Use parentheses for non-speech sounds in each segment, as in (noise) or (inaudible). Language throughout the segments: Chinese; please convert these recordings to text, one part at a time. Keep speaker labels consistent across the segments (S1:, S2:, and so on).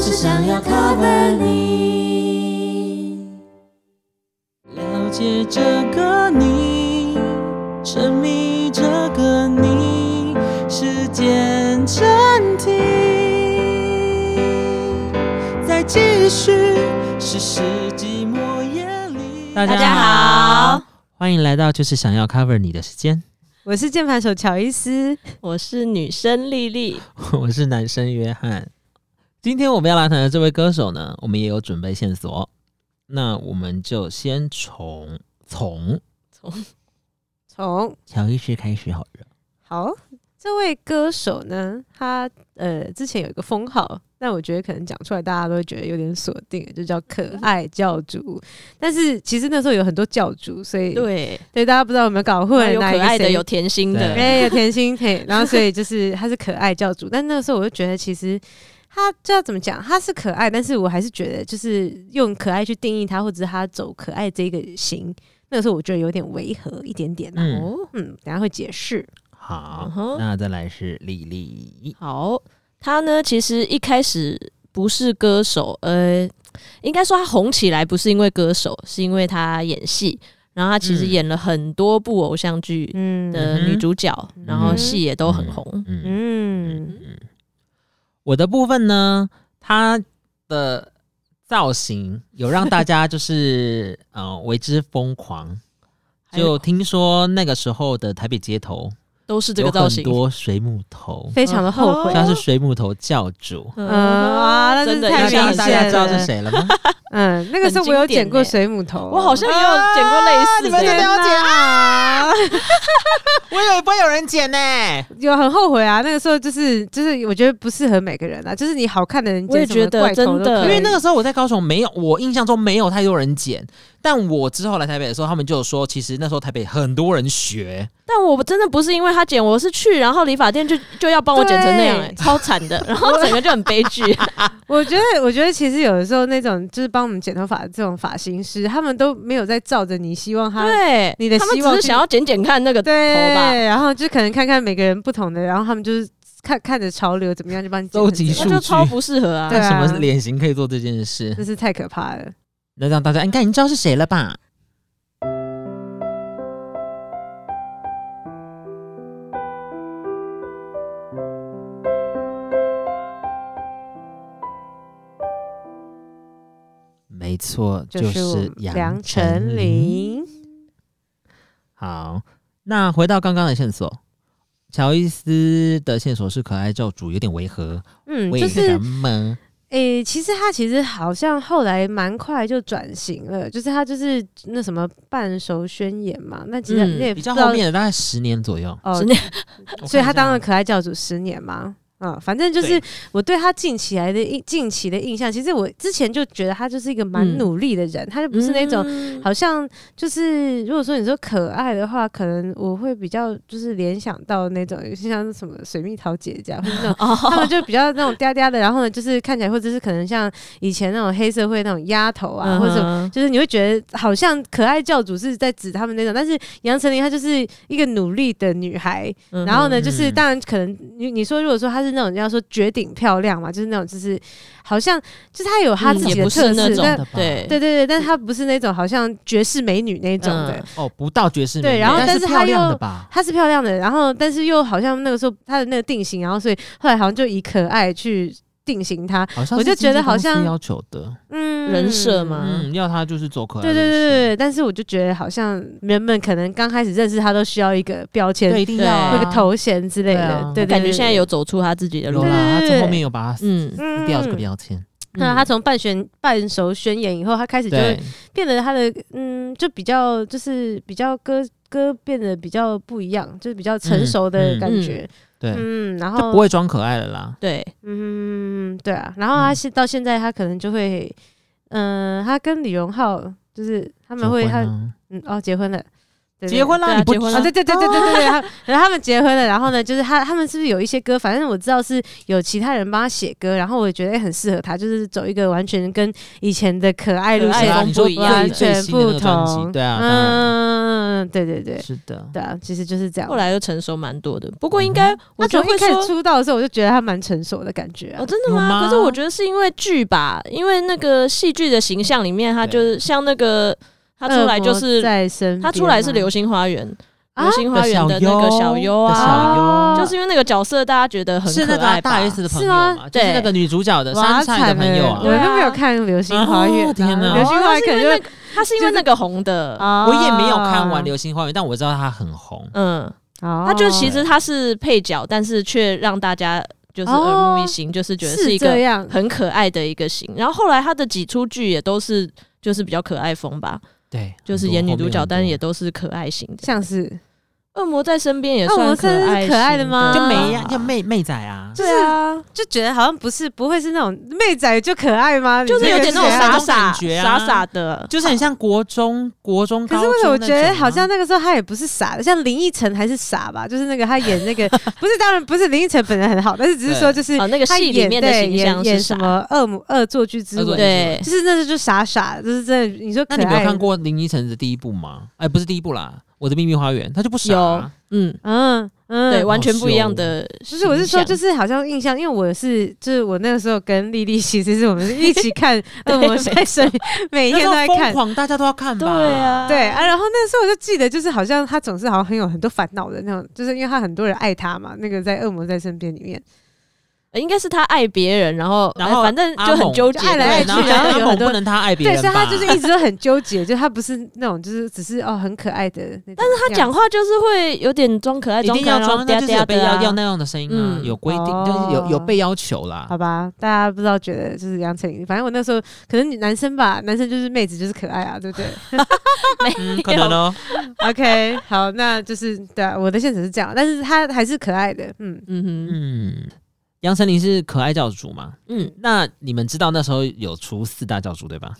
S1: 只想要 cover 你，了解这个你，沉迷这个你，时间暂停，再继续是世纪末夜里。大
S2: 大家好，
S1: 欢迎来到就是想要 cover 你的时间，
S2: 我是键盘手乔伊斯。
S3: 我是女生丽丽，
S1: (laughs) 我是男生约翰。今天我们要来谈的这位歌手呢，我们也有准备线索，那我们就先从从
S2: 从
S1: 乔伊斯开始好了。
S2: 好，这位歌手呢，他呃之前有一个封号，但我觉得可能讲出来大家都会觉得有点锁定，就叫可爱教主。但是其实那时候有很多教主，所以
S3: 对，
S2: 对大家不知道有没有搞混，
S3: 有可
S2: 哪一个
S3: 爱的，
S2: 谁
S3: 有甜心的，
S2: 哎、有甜心嘿，然后所以就是他是可爱教主，但那个时候我就觉得其实他这要怎么讲，他是可爱，但是我还是觉得就是用可爱去定义他，或者是他走可爱这个型，那个时候我觉得有点违和一点点啦。
S1: 嗯
S3: 哦，
S2: 嗯，等一下会解释。
S1: 好
S3: 嗯哼
S1: 那再来是丽丽，
S3: 好，她呢其实一开始不是歌手，呃，应该说她红起来不是因为歌手，是因为她演戏，然后她其实
S1: 嗯
S3: 演了很多部偶像剧
S2: 嗯
S3: 的
S1: 嗯哼
S3: 女主角，然后戏也都很红，
S1: 嗯
S2: 嗯
S1: 嗯嗯，我的部分呢，他的造型有让大家就是 (laughs) 呃为之疯狂。
S3: 还有
S1: 就听说那个时候的台北街头
S3: 都是这
S1: 有
S3: 个造
S1: 很
S3: 型，
S1: 多水母头，
S2: 非
S3: 哦
S2: 常的后悔。
S1: 像是水母头教主。
S3: 嗯
S2: 嗯哇那真
S3: 真的
S2: 是太
S1: 那
S3: 有
S1: 这
S3: 点
S2: 明显
S1: 样大家知道
S2: 了
S1: 是谁了吗？
S2: 嗯，那个时候我有剪过水母头，
S3: 欸
S2: 哦
S3: 我好像也有剪过类似的，
S2: (laughs) 天哪，
S1: (laughs) 我以为不会有人剪呢、
S2: 有很后悔啊。那个时候就是就是我觉得不适合每个人啊，就是你好看的人
S3: 我也
S2: 剪什
S3: 觉
S2: 么
S3: 得
S2: 怪头都
S3: 真的
S2: 可
S1: 因
S2: 以
S1: 为那个时候我在高雄没有，我印象中没有太多人剪。但我之后来台北的时候，他们就有说，其实那时候台北很多人学，
S3: 但我真的不是因为他剪，我是去然后理发店就就要帮我剪成那样、欸，超惨
S2: (laughs)
S3: 的，然后整个就很悲剧。
S2: 我觉得，我觉得其实有的时候那种就是帮我们剪头发的这种发型师，他们都没有在照着你希望 (laughs) 他
S3: 对，
S2: 你的
S3: 他们
S2: 希
S3: 只
S2: 望
S3: 是
S2: 去
S3: 想要剪剪看那个头
S2: 对
S3: 吧，，
S2: 然后就可能看看每个人不同的，然后他们就是看看着潮流怎么样就帮你剪
S1: 收
S2: 成
S1: 集
S2: 这
S3: 那
S2: 样
S1: 数
S3: 就
S1: 据
S3: 超不适合啊
S2: 对。
S1: 看什
S2: 啊
S1: 么脸型可以做这件事。
S2: 真是太可怕了。
S1: 那让大家应哎该已经知道是谁了吧？没错，
S2: 就
S1: 就是
S2: 梁
S1: 晨
S2: 晨。林，
S1: 好，那回到刚刚的线索，乔伊斯的线索是可爱教主有点违和，
S2: 嗯，
S1: 为
S2: 就是
S1: 什么？
S2: 诶、其实他其实好像后来蛮快就转型了，就是他就是那什么半熟宣言嘛，那其实
S3: 嗯
S2: 你也不
S1: 比
S2: 知
S1: 较
S2: 道、
S1: 后面的大概十年左右，
S2: 哦
S3: 十，年
S2: 所以他当了
S3: 哦
S1: 然
S2: 可爱教主十年嘛。啊、反正就是
S1: 对
S2: 我对他近期来的印近期的印象，其实我之前就觉得他就是一个蛮
S3: 嗯
S2: 努力的人，他就不是那种
S3: 嗯
S2: 好像就是如果说你说可爱的话，可能我会比较就是联想到那种有些像是什么水蜜桃姐姐啊，或
S3: (laughs)
S2: 者那种
S3: 哦
S2: 他们就比较那种嗲嗲的，然后呢就是看起来或者是可能像以前那种黑社会那种丫头
S3: 嗯
S2: 啊，或者什么
S3: 么
S2: 就是你会觉得好像可爱教主是在指他们那种，但是杨丞琳她就是一个努力的女孩，然后呢，就是
S1: 嗯
S2: 当然可能你你说如果说她是那种要说绝顶漂亮嘛，就是那种就是好像就是她有她自己
S3: 嗯也
S2: 的
S3: 不是
S2: 特
S3: 那
S2: 色，
S3: 种
S2: 但
S1: 的吧
S3: 对
S2: 对对对，但她不是那种好像绝世美女那种的。
S3: 嗯
S1: 哦，不到爵士
S2: 对
S1: 美女
S2: 然后
S1: 但
S2: 但是
S1: 是
S2: 他
S1: 漂亮
S2: 又
S1: 的吧？
S2: 她是漂亮的，然后但是又好像那个时候她的那个定型，然后所以后来好像就以可爱去定型她，
S1: 好像
S2: 我
S1: 是
S2: 就觉得
S1: 经纪公
S2: 好像
S1: 司要求的，
S2: 嗯，
S3: 人设嘛
S1: 嗯，要他就是走可爱路
S2: 对
S1: 线，
S2: 对对对对，但是我就觉得好像人们可能刚开始认识她都需要一个标签，
S1: 对，一定要啊
S2: 那个头衔之类
S1: 对
S2: 的
S1: 啊，
S2: 对，对
S3: 感觉现在。有走出他自己的
S1: 有
S3: 路
S2: 对。
S1: 啦，他
S2: 对
S1: 从
S2: 对
S1: 后面有把它撕
S3: 嗯，
S2: 嗯
S1: 掉这个标签，
S2: 那他从半宣半熟宣言以后，他开始就
S1: 嗯对，
S2: 变得他的嗯，就比较就是比较歌歌变得比较不一样，就是比较成熟的感觉。
S1: 对，
S2: 嗯，然
S1: 嗯就
S2: 后
S1: 不会装可爱了啦。
S3: 对，
S2: 嗯，对啊，然后他现到现在他可能就会嗯、他跟李荣浩就是他们会
S1: 结
S2: 他
S1: 婚啊
S2: 嗯哦结婚了，对
S1: 结婚
S3: 对
S1: 啦，
S3: 啊
S1: 你不
S3: 结婚
S2: 啊，对对对对对对，他然后他们结婚了，然后呢，就是他他们是不是有一些歌？反正我知道是有其他人帮他写歌，然后我觉得、诶很适合他，就是走一个完全跟以前的可爱路
S3: 可爱
S2: 线
S3: 风
S1: 你说
S3: 不一样
S1: 最
S2: 完
S1: 最
S2: 全
S1: 新的那
S2: 不
S1: 个专辑
S2: 同。
S1: 对啊，当然
S2: 嗯，嗯，对对对，
S1: 是的，
S2: 对啊，其实就是这样。
S3: 后来又成熟蛮多的。不
S2: 嗯
S3: 过应该我
S2: 那
S3: 觉
S2: 从
S3: 得会
S2: 一
S3: 说
S2: 开始出道的时候，我就觉得他蛮成熟的感觉啊
S3: 哦，。真的
S1: 有
S3: 吗？
S1: 吗
S3: 可是我觉得是因为剧吧，因为那个戏剧的形象里面，他就是像那个他出来就
S2: 恶魔
S3: 是
S2: 在身边吗，
S3: 他出来是《流星花园》，《
S2: 啊
S3: 流星花园》的那个小优
S1: 的
S3: 啊，
S1: 小优
S2: 哦
S3: 就是因为那个角色大家觉得很
S1: 是那
S3: 可
S1: 个啊
S3: 爱
S1: 大
S3: 吧。
S1: S 的朋友
S2: 是
S1: 嘛，就是
S3: 对
S1: 那个女主角的
S2: 哇
S1: 杉菜的朋友
S2: 惨欸
S1: 啊，
S2: 我都没有看《流星花园》
S1: 哦天哪
S2: 流星花园》可能就
S3: 哦他是因为那个红的，
S2: 啊
S1: 我也没有看完《流星花园》，但我知道她很红。
S3: 嗯，
S2: 哦
S3: 他就其实他是配角，但是却让大家就是耳目一新，就是觉得是
S2: 是
S3: 一个
S2: 这样，
S3: 很可爱的一个型。然后后来他的几出剧也都是就是比较可爱风吧，
S1: 对，
S3: 就是演女主角，
S1: 很多
S3: 但是也都是可爱型的。
S2: 像是
S3: 恶魔在身边也
S2: 恶
S3: 算
S2: 魔
S3: 可
S2: 真的是
S3: 爱型，
S2: 可爱的吗
S1: 就
S2: 没
S1: 妹
S2: 呀
S1: 呀，就妹妹仔啊，
S2: 就是就觉得好像不是不会是那种妹仔就可爱吗？
S3: 就是有点那种
S1: 傻
S3: 傻
S1: 傻
S3: 傻
S1: 觉啊
S3: 傻傻的，
S1: 就是很像国中、国中、
S2: 可
S1: 高
S2: 是
S1: 中
S2: 为什么我觉
S1: 那
S2: 得
S1: 种啊
S2: 好像那个时候他也不是傻的，像林依晨还是傻吧？就是那个他演那个 (laughs) 不是，当然不是林依晨本人很好，但是只是说就是
S3: 啊那个
S2: 他
S3: 戏里
S2: 演
S3: 面的
S2: 对
S3: 形象
S2: 演
S3: 是
S2: 演什
S3: 傻，
S2: 么恶魔恶作剧之
S1: 恶作
S2: 吻
S1: 剧，
S3: 对，
S2: 就是那时候就傻傻，就是真的。你说可
S1: 那
S2: 爱，
S1: 你没有看？过林依晨的第一部吗？哎，不是第一部啦，《我的秘密花园》，她就不傻
S3: 有
S1: 啊。
S3: 嗯，
S2: 嗯嗯，
S3: 对，
S1: 我
S3: 完全不一样的
S2: 就
S3: 形象。
S2: 是我是说，就是好像印象，因为我是就是我那个时候跟丽丽其实是我们是一起看《恶魔在身边》，每一
S1: (laughs) 那
S2: 天都在
S1: 时候疯
S2: 看。
S1: 狂，大啊家都要看吧？
S3: 对啊，
S2: 对啊，然后那时候我就记得，就是好像他总是好像很有很多烦恼的那种，就是因为他很多人爱他嘛。那个在《恶魔在身边》里面，
S3: 呃应该是他爱别人，然后
S1: 然后
S3: 哎反正
S1: 阿
S3: 就很
S1: 猛
S3: 纠
S2: 就
S3: 结，
S2: 爱来爱
S3: 对
S1: 对，
S2: 去
S1: 然
S2: 然
S1: 后
S2: 后有
S1: 阿猛
S2: 很多
S1: 不能他爱别
S2: 对，
S1: 人
S2: 所以
S1: 吧？
S2: 他就是一直都很纠结， (laughs) 就他不是那种就是只是哦很可爱的那种样子。但是
S3: 他讲话就是会有点装可爱，
S1: 一定要装，那
S3: 嗲
S1: 就是
S3: 嗲
S1: 有被
S3: 的
S1: 要要
S3: 啊。
S1: 那样的声音啊，
S3: 嗯
S1: 有规定，就是有有被要求啦
S2: 哦好。吧，大家不知道觉得就是杨丞琳，反正我那时候可能男生吧，男生就是妹子就是可爱啊，对不对？
S1: 嗯，可能哦。
S2: OK，好，那就是对、啊，我的现实是这样，但是他还是可爱的，嗯，
S3: 嗯
S1: 嗯，杨丞琳是可爱教主嘛？
S3: 哼，嗯，
S1: 那你们知道那时候有出四大教主对吧？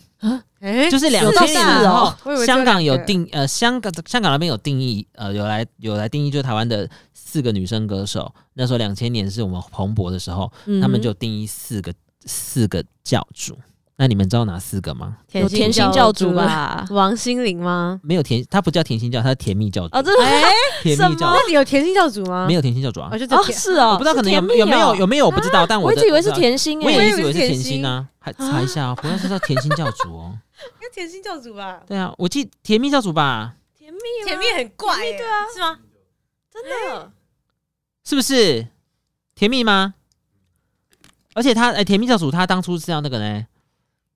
S2: 哎、
S1: 就是两
S3: 有
S1: 千
S3: 到
S1: 年
S3: 四
S1: 的时
S3: 哦
S1: 候，
S2: 我以为只
S1: 香港有
S2: 两个，
S1: 定呃，香港香港那边有定义呃，有来有来定义，就是台湾的四个女生歌手。那时候两千年是我们蓬勃的时候，
S3: 嗯
S1: 他
S3: 哼
S1: 们就定义四个四个教主。那你们知道哪四个吗？
S3: 有甜心教主啊吧？
S2: 王心凌吗？
S1: 没有甜，他不叫甜心教，他是甜蜜教
S3: (laughs)
S1: 主。
S3: 哦，这是
S1: 甜蜜教
S2: 那
S1: 主
S2: 你有甜心教主吗？
S1: 没
S2: 有，
S1: 有甜心教主啊
S2: 我、，就
S3: 哦
S2: 哎这甜。
S3: 是哦，
S1: 我不知道
S3: 是
S1: 可能有
S3: 甜蜜
S1: 有没
S3: 哦
S1: 有有没有我不知道，但
S3: 我
S1: 我
S3: 一
S1: 的
S3: 直以为是
S1: 我知道
S3: 甜心
S1: 我
S3: 哎，
S1: 也
S2: 也
S1: 一直以为是
S2: 以为是
S1: 甜心啊，还查一下啊，不要知道甜心教主哦。
S2: 应该甜心教主吧？
S1: 对啊，我记甜蜜教主吧，
S3: 甜蜜
S2: 哎甜蜜很怪、欸，对啊，是吗？
S3: 真的
S1: 是不是甜蜜吗？而且他哎、甜蜜教主他当初是要那个呢，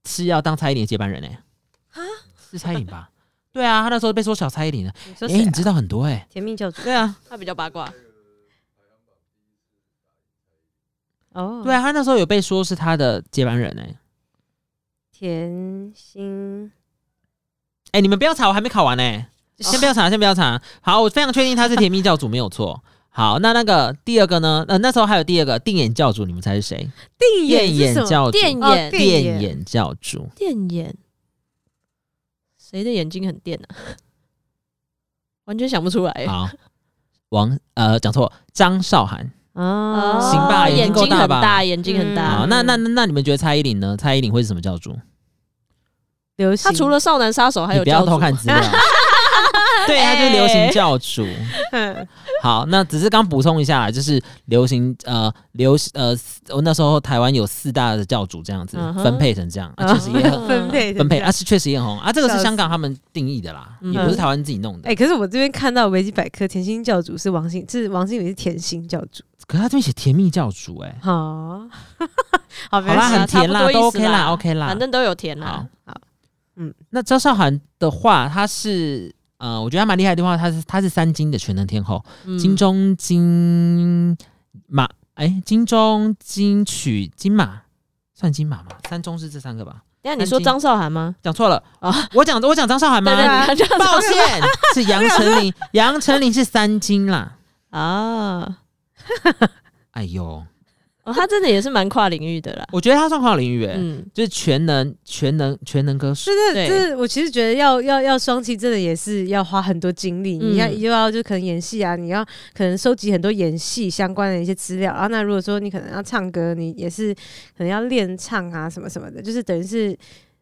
S1: 是要当蔡依林的接班人呢、是蔡依林吧？ (laughs) 对啊，他那时候被说小蔡依林了。
S2: 你
S1: 哎、
S2: 说谁、
S1: 你
S2: 啊
S1: 知道很多哎、
S2: 甜蜜教主
S1: 对啊，
S3: 他比较八卦，
S2: 哦，
S1: 对，啊，他那时候有被说是他的接班人哎、
S2: 甜心
S1: 哎、你们不要查，我还没考完呢、
S2: 哦
S1: 先不要查，先不要查。好，我非常确定他是甜蜜教主，没有错。 (laughs) 好，那那个第二个呢？呃，那时候还有第二个定眼教主，你们猜是谁？
S2: 定
S1: 电
S2: 眼是
S1: 眼
S2: 什么？
S1: 教主，
S3: 电
S2: 哦
S3: 眼
S2: 电眼
S1: 电眼教主，
S3: 电眼，谁的眼睛很电啊？ (laughs) 完全想不出来欸，
S1: 好，王呃讲错，张韶涵。
S2: 哦，
S1: 行吧眼睛
S3: 眼
S1: 够
S3: 睛
S1: 大
S3: 很
S1: 吧
S3: 大，眼睛很
S2: 嗯
S3: 大
S1: 好，。那那那那你们觉得蔡依林呢？蔡依林会是什么教主？
S2: 流行。
S3: 他除了少男杀手，还
S1: 你
S3: 有
S1: 不要
S3: 教主哎
S1: 偷看
S3: (laughs)
S1: 资料。对，他就是流行教主。
S2: 嗯
S1: 好，那只是刚补充一下啦，就是流行呃流行呃，我那时候台湾有四大的教主这样子、
S3: 嗯哼
S1: 分配成这样，啊、确实也很
S3: 嗯
S2: 分配
S1: 分
S3: (laughs)
S1: 配啊，是确实也很红啊。这个
S2: 笑
S1: 是
S2: 死
S1: 香港他们定义的啦，也不是
S2: 嗯
S1: 台湾自己弄的。
S2: 哎、可是我这边看到维基百科，甜心教主是王心，是王心凌是甜心教主。
S1: 可是他这边写甜蜜教主、哎，
S2: 好， (laughs) 好，没关
S1: 好啦，
S2: 系
S3: 啊
S1: 很甜
S3: 差
S1: 啦，
S3: 不多
S1: 都
S3: 意思
S1: OK 啦
S3: 啦
S1: ，OK 啦，
S3: 反正都有甜啊啦
S1: 好。，
S2: 好，嗯，
S1: 那张韶涵的话，她是呃，我觉得她蛮厉害的地方，她是她是三金的全能天后，
S3: 嗯
S1: 金钟金马，哎、金钟金曲金马算金马吗？三中是这三个吧？
S3: 等一下你说张韶涵吗？
S1: 讲错了
S3: 啊
S1: 我讲我讲张韶涵吗
S3: 对？
S2: 啊
S3: 对，
S1: (laughs)
S3: 对 (laughs)
S1: 抱歉，是杨丞琳，杨丞琳是三金啦。
S3: 啊，
S1: 哎呦，
S3: 哦，他真的也是蛮跨领域的啦。
S1: 我觉得她算跨领域、哎
S3: 嗯，
S1: 就是全能全能全能歌手。
S2: 真的，
S3: 对
S2: 这我其实觉得要要要双栖，真的也是要花很多精力。
S3: 嗯
S2: 你要又要就可能演戏啊，你要可能收集很多演戏相关的一些资料。然后那如果说你可能要唱歌，你也是可能要练唱啊什么什么的，就是等于是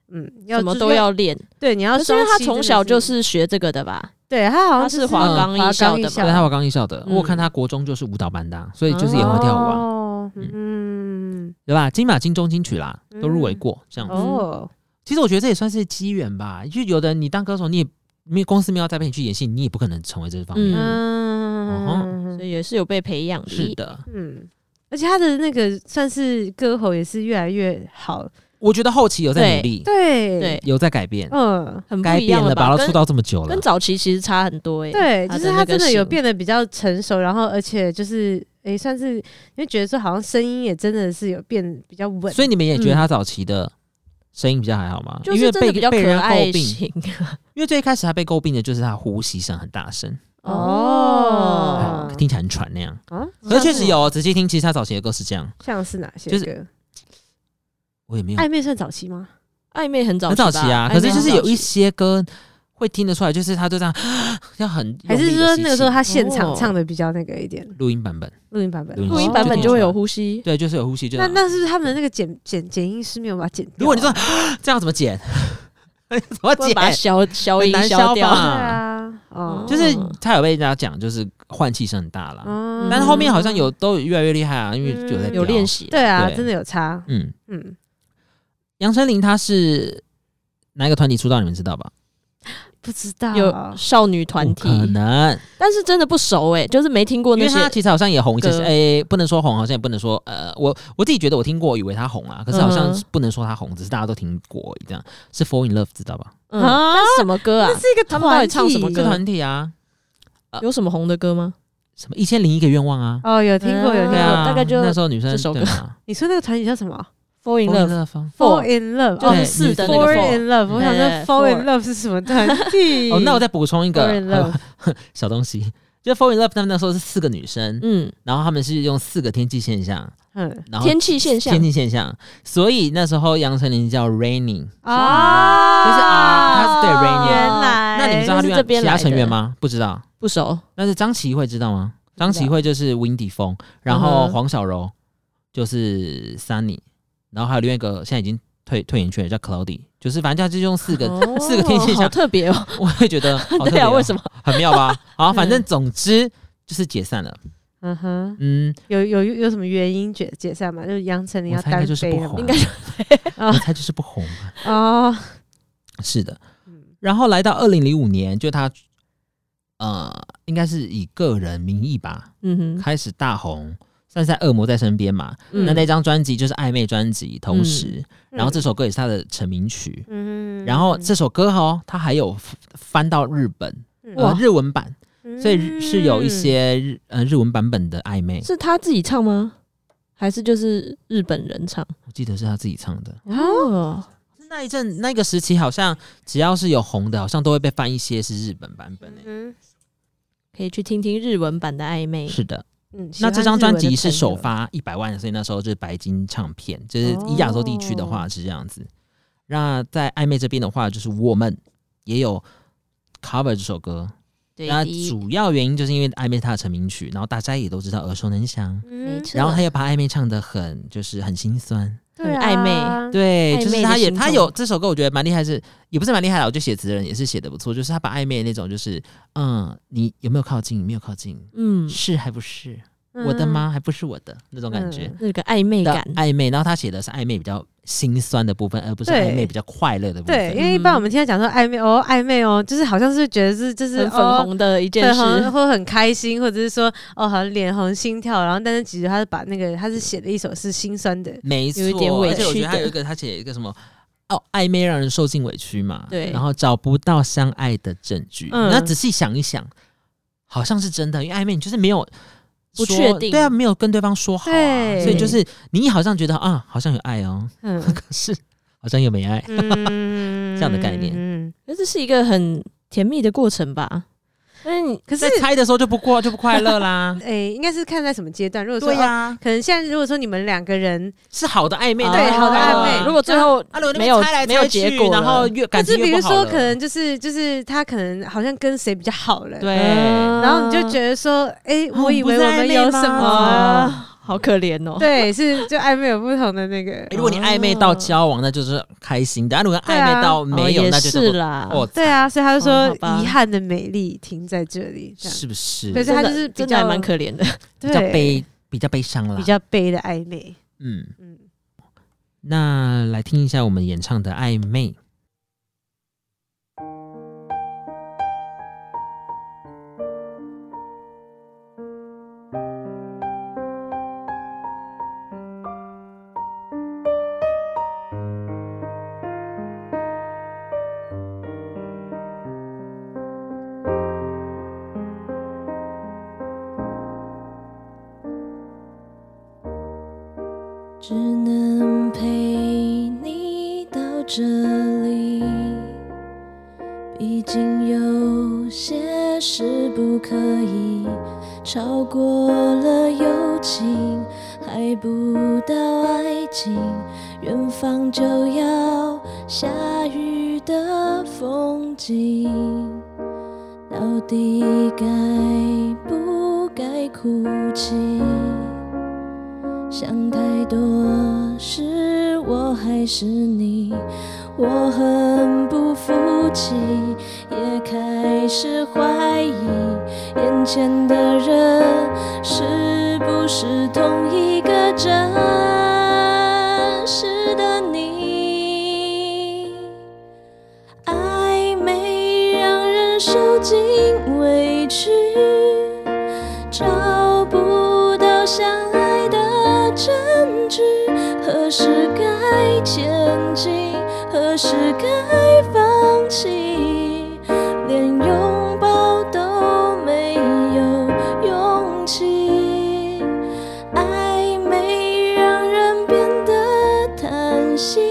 S2: 嗯，要
S3: 什么
S2: 就是
S3: 都要练。
S2: 对，你要
S3: 可是因
S2: 双
S3: 为
S2: 栖。
S3: 他从小就，是学这个的吧？
S2: 对他好像
S3: 他
S2: 就是嗯
S3: 华
S1: 冈
S2: 华
S3: 艺校的
S2: 艺
S3: 嘛
S1: 对，他我刚艺校的，
S3: 嗯
S1: 我有看他国中就是舞蹈班的啊，所以就是也会跳舞啊，
S2: 哦、
S1: 嗯
S2: 嗯，
S1: 对吧？金马、金钟、金曲啦，
S3: 嗯
S1: 都入围过，这样子。
S2: 哦，
S1: 其实我觉得这也算是机缘吧，就有的人你当歌手，你也没有公司没有栽培你去演戏，你也不可能成为这方面。
S2: 嗯
S3: 所，以也是有被培养的。
S1: 是的，
S2: 嗯，而且他的那个算是歌喉也是越来越好，
S1: 我觉得后期有在努力，
S2: 对
S3: 对，
S1: 有在改变，
S2: 嗯。
S3: 很不
S1: 该
S3: 一
S1: 变
S3: 样
S1: 了吧？
S3: 吧？
S1: 都出
S3: 跟
S1: 道这么久了
S3: 跟，早期其实差很多哎、欸。
S2: 对，
S3: 他
S2: 就
S3: 的
S2: 是
S3: 那
S2: 他
S3: 个
S2: 真的有
S3: 型
S2: 变得比较成熟，然后而且就是诶、算是因为觉得说好像声音也真的是有变比较稳，
S1: 所以你们也觉得
S3: 嗯
S1: 他早期的声音比较还好吗？
S3: 就
S1: 因
S3: 是
S1: 为
S3: 真的
S1: 被
S3: 比较
S1: 被
S3: 可
S1: 人家
S3: 爱
S1: 诟
S3: (laughs)
S1: 病，
S3: 型，
S1: 因为最一开始他被诟病的就是他呼吸声很大声，
S2: 哦
S3: 嗯
S1: 哎听起来很喘那样。
S2: 啊，
S1: 可是确
S2: 像
S1: 实有哦，仔细听，其实他早期的歌是这样，
S2: 像是哪些
S1: 就
S2: 歌？
S1: 是我也没有
S2: 暧昧算早期吗？
S3: 暧昧很早
S1: 很
S3: 期吧，
S1: 早期啊，
S3: 暧昧
S1: 可是就
S3: 很
S1: 是
S3: 早
S1: 有
S3: 期
S1: 一些歌会听得出来，就是他就这样， (gasps) 要很
S2: 还
S1: 用
S2: 是
S1: 力地
S2: 说
S1: 吸
S2: 那个时候
S1: 气
S2: 他现场
S3: 哦
S2: 唱的比较那个一点？
S1: 录音版本，
S2: 录音版本，
S1: 录音哦
S3: 录音版本就会有呼吸，
S1: 对，就是有呼吸，就
S2: 那
S1: 这样
S2: 那是不是他们的那个剪剪剪音师没有把它剪掉啊？
S1: 如果你说 (gasps) 这样怎么剪， (laughs) 怎么
S3: 不然把它
S1: 剪？
S3: 消消
S1: 很
S3: 音
S1: 难消
S3: 消掉
S1: 吧。
S2: 对啊，哦，
S1: (laughs) 就是他有被人家讲，就是换气声很大啦，
S2: 嗯
S1: 但是后面好像有都越来越厉害啊，因为有在
S2: 嗯
S1: 调
S3: 有练，习，
S2: 对啊，
S1: 对
S2: 真的有差，
S1: 嗯，
S2: 嗯，
S1: 杨丞琳她是哪一个团体出道？你们知道吧？
S2: 不知道
S3: 有少女团体
S1: 啊不，可能，
S3: 但是真的不熟哎、就是没听过
S1: 因
S3: 那
S1: 为
S3: 些
S1: 她其实好像也红，其实
S3: 歌
S1: 诶、不能说红，好像也不能说呃，我我自己觉得我听过，以为她红啊，可是好像
S3: 嗯哼
S1: 不能说她红，只是大家都听过而已这样。是 Fall in Love 知道吧？
S3: 嗯
S2: 啊
S3: 那是什么歌啊？
S2: 这是一个
S3: 他们到底
S2: 团
S3: 唱什么
S2: 体
S1: 这
S3: 歌
S1: 团体啊，
S3: 有什么红的歌吗？
S1: 什么一千零一个愿望啊，
S2: 哦，有听过有听
S1: 对
S3: 嗯
S1: 啊，
S3: 大
S2: 过。
S3: 概就
S1: 那时候女生
S3: 这首歌
S1: 对嘛
S2: 你说那个团体叫什么
S3: Fall in
S1: Fall in
S3: Love
S1: Love 啊
S2: ？Fall
S3: Four
S2: in Love，
S3: 就
S2: 哦
S1: 对
S3: 是四的那个
S2: Fall in Love，我想说
S3: 哎
S2: Fall
S3: Four
S2: in Love 是什么团体？
S1: (laughs) 哦，那我再补充一
S2: Fall in
S1: 个 (laughs)
S2: Love，
S1: 小东西，就 Fall in Love 他们那时候是四个女生，
S3: 嗯，
S1: 然后他们是用四个天气现象，
S2: 嗯
S1: 然后
S3: 天气现象
S1: 天气现象，所以那时候杨丞琳叫 Raining。
S2: 啊，
S1: 就是啊他是对 Rainier
S2: 原来
S1: 那你们知道他
S3: 哎是
S1: 另
S3: 这
S1: 外
S3: 边
S1: 其他
S3: 来的
S1: 成员吗？不知道。
S3: 不熟，
S1: 但是张琪慧知道吗？张琪慧就是 Windy 风，然
S3: 嗯
S1: 后
S3: 哼
S1: 黄小柔就是 Sunny，然后还有另外一个现在已经退退隐去了叫 Cloudy，就是反正他就是用四个，
S3: 哦
S1: 四个天气现象
S3: 好特别哦，
S1: 我会觉得好特
S3: (laughs) 对
S1: 别、
S3: 啊，
S1: 哦，
S3: 为什么？嗯
S1: 很妙吧？好，反正总之就是解散了。
S2: 嗯哼，
S1: 嗯，
S2: 有有有什么原因解解散吗？就是杨丞琳
S1: 我
S2: 要
S1: 猜应该
S2: 单
S1: 就是
S2: 飞
S1: 不
S2: 了吗
S1: 红，啊
S3: 应该
S1: (laughs) 我猜就是不红吧。
S2: 哦，
S1: 是的，
S2: 嗯
S1: 然后来到二零零五年，就他呃，应该是以个人名义吧，
S3: 嗯
S1: 开始大红，算是在《恶魔在身边》嘛。
S3: 嗯
S1: 那那张专辑就是暧昧专辑，同时，然后这
S2: 嗯
S1: 首歌也是他的成名曲。
S2: 嗯
S1: 然后这首歌哦，他还有翻到日本，呃，
S3: 哇
S1: 日文版，
S2: 嗯
S1: 所以是有一些日呃日文版本的暧昧
S3: 哼，，是他自己唱吗？还是就是日本人唱？
S1: 我记得是他自己唱的。
S3: 哦，
S1: 那一阵那个时期，好像只要是有红的，好像都会被翻一些是日本版本、欸。
S2: 嗯
S3: 可以去听听日文版的暧昧。
S1: 是的，
S2: 嗯，
S1: 那这张专辑是首
S2: 发，
S1: 发一百万，所以那时候就是白金唱片，就是以亚洲地区
S3: 哦
S1: 的话是这样子。那在暧昧这边的话，就是我们也有 cover 这首歌，
S3: 对
S1: 那
S3: 第一
S1: 主要原因就是因为暧昧它的成名曲，然后大家也都知道耳熟能详。
S2: 嗯
S3: 没错
S1: 然后他又把暧昧唱的很，就是很心酸，
S2: 对啊
S3: 很暧昧
S1: 对，
S3: 嗯暧
S1: 就是
S3: 昧的
S1: 他也
S3: 心
S1: 他
S3: 痛
S1: 有这首歌，我觉得蛮厉害是，也不是蛮厉害的，我觉得写词的人也是写的不错，就是他把暧昧那种，就是嗯，你有没有靠近，没有靠近，
S3: 嗯，
S1: 是还不是我的？吗？还不是我的那种感觉，
S2: 嗯
S3: 那个暧昧
S1: 的
S3: 感，
S1: 暧昧，然后他写的是暧昧比较心酸的部分，而不是
S2: 对
S1: 暧昧比较快乐的部
S2: 对，因
S1: 分。
S2: 为一般我们听他讲说暧昧哦，暧昧哦，就是好像是觉得是就是
S3: 很粉
S2: 哦
S3: 红的一件
S2: 对，
S3: 事
S2: 好。像 (laughs) 或很开心，或者是说哦，好像脸红心跳，然后但是其实他是把那个他是写了一首是心酸的，
S1: 没错，
S3: 有一点委
S1: 而且我觉
S3: 屈
S1: 得他
S3: 的
S1: 有一个，他写一个什么？哦，暧昧让人受尽委屈嘛，
S3: 对
S1: 然后找不到相爱的证据。
S2: 嗯
S1: 那仔细想一想，好像是真的，因为暧昧你就是没有
S3: 不
S1: 说
S3: 确定
S1: 对啊，没有跟对方说好啊，
S2: 对
S1: 所以就是你好像觉得啊，好像有爱哦，
S2: 嗯
S1: 可是好像又没爱。
S2: 嗯，
S1: (laughs) 这样的概念
S2: 嗯，
S3: 可是这是一个很甜蜜的过程吧？嗯，
S2: 可是。
S1: 在猜的时候就不过就不快乐啦
S2: (laughs)
S1: 啊
S2: 诶，应该是看在什么阶段，如果说
S1: 对
S2: 哦
S1: 呀、
S2: 可能现在如果说你们两个人，
S1: 是好的暧昧，
S2: 对好的暧
S4: 啊
S2: 昧
S3: 如果最后
S1: 阿伦
S3: 没有没有结果
S1: 然后
S3: 了
S1: 越
S2: 但
S1: 感情
S2: 是比
S1: 越
S2: 如
S1: 不好
S2: 说
S1: 了
S2: 可能就是就是他可能好像跟谁比较好了，
S1: 对，啊
S3: 嗯
S1: 哦
S2: 然后你就觉得说，哎、我以为我们有什么，
S1: 啊好可怜哦。
S2: 对，是就暧昧有不同的那个，
S4: 如果你暧昧到交往，那就是开心的；啊如果暧昧到
S1: 哦
S4: 没有，
S1: 也
S4: 那就叫做
S1: 是啦。
S4: 哦，
S2: 对啊，所以他就
S1: 哦
S2: 说
S1: 好吧
S2: 遗憾的美丽停在这里，这样
S4: 是不是
S2: 对
S1: 真
S2: 他
S1: 的
S2: 就是比
S1: 真的还
S2: 较
S1: 蛮可怜的。
S4: 比较
S2: 对
S4: 悲，比较悲伤了
S2: 比？较悲的暧昧，
S4: 嗯，
S2: 嗯，
S4: 那来听一下我们演唱的《暧昧》。
S3: 只能陪你到这里，毕竟有些事不可以超过了友情，还不到爱情，远方就要下雨的风景，到底该不该哭泣？想太多，是我还是你？我很不服气，也开始怀疑眼前的人是不是同一个真实的你。暧昧让人受尽委屈。找不到相爱的证据，何时该前进，何时该放弃，连拥抱都没有勇气。暧昧让人变得贪心，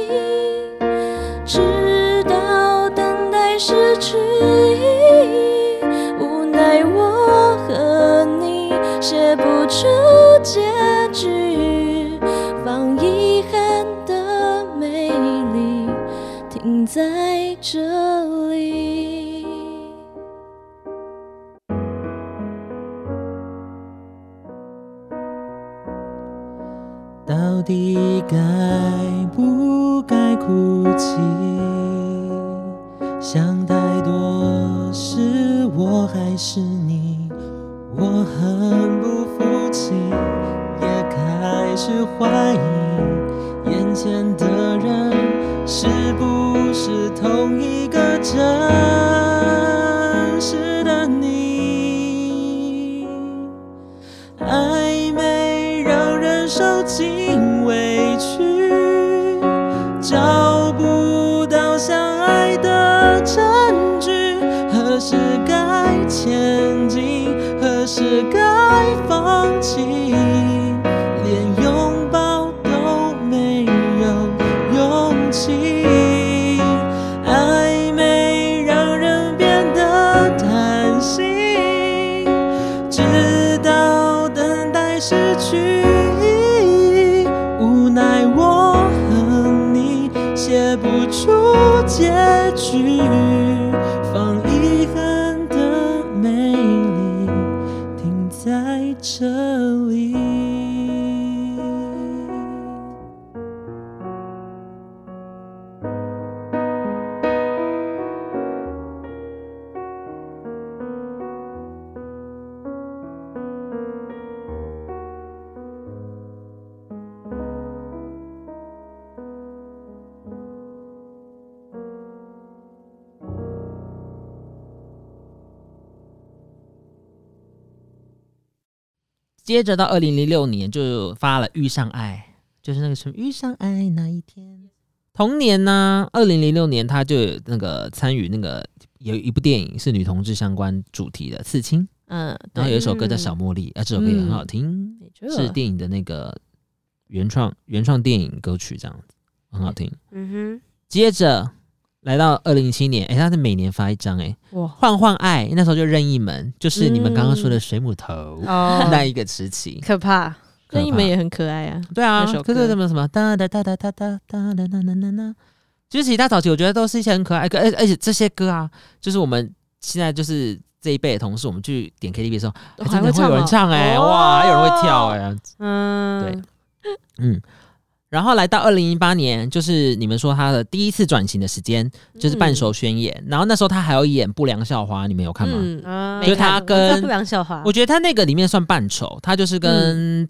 S3: 直到等待失去意义。无奈我和你写不出结局，放遗憾的美丽停在这里。
S4: 到底该不该哭泣？想太多，是我还是你？我很不服气，也开始怀疑眼前的人是不是同一个真实的你。暧昧让人受尽委屈，找不到相爱的证据，何时该前进，何时该放弃，连拥抱都没有勇气。暧昧让人变得贪心。直到等待失去意义，无奈我和你写不出结局，放遗憾的美丽停在这里。接着到二零零六年就发了《遇上爱》，就是那个什么《遇上爱》那一天。同年呢，二零零六年他就有那个参与那个有一部电影是女同志相关主题的《刺青》，
S1: 嗯，哎
S4: 然后有一首歌叫《
S2: 嗯
S4: 小茉莉》，啊，这首歌也很好听，
S1: 对
S4: 是电影的那个原创原创电影歌曲，这样子很好听。
S2: 嗯
S4: 接着来到二零一七年，哎、他是每年发一张，哎，
S1: 哇，嗯
S4: 换换爱那时候就任意门，就是你们刚刚说的水母头、
S2: 哼，
S1: (laughs)
S2: 哦，
S4: 那一个时期，
S2: 可怕，
S1: 那你
S4: 可怕
S1: 们也很可爱啊。
S4: 对啊，
S1: 那首
S4: 可
S1: 歌
S4: 是什么什么哒哒哒哒哒哒哒哒哒哒哒哒，就是其他早期我觉得都是一些很可爱歌，而而且这些歌啊，就是我们现在就是
S1: 这一辈的同事，我们去点 KTV 的时候，还
S3: 还
S1: 啊真
S3: 会
S1: 的会
S3: 唱
S1: 有人
S3: 吗
S1: 唱哎、
S3: 哦
S1: 哇，还有人会跳哎、
S2: 嗯，
S1: 对嗯。然后来到二零一八年，就是你们说他的第一次转型的时间，就是《半熟宣言》然后那时候他还有演《不良校花》，你们有看吗？
S3: 嗯，
S2: 啊
S1: 就是他
S2: 我知道
S1: 跟
S2: 不良小华
S1: 我，觉得他那个里面算扮丑，他就是跟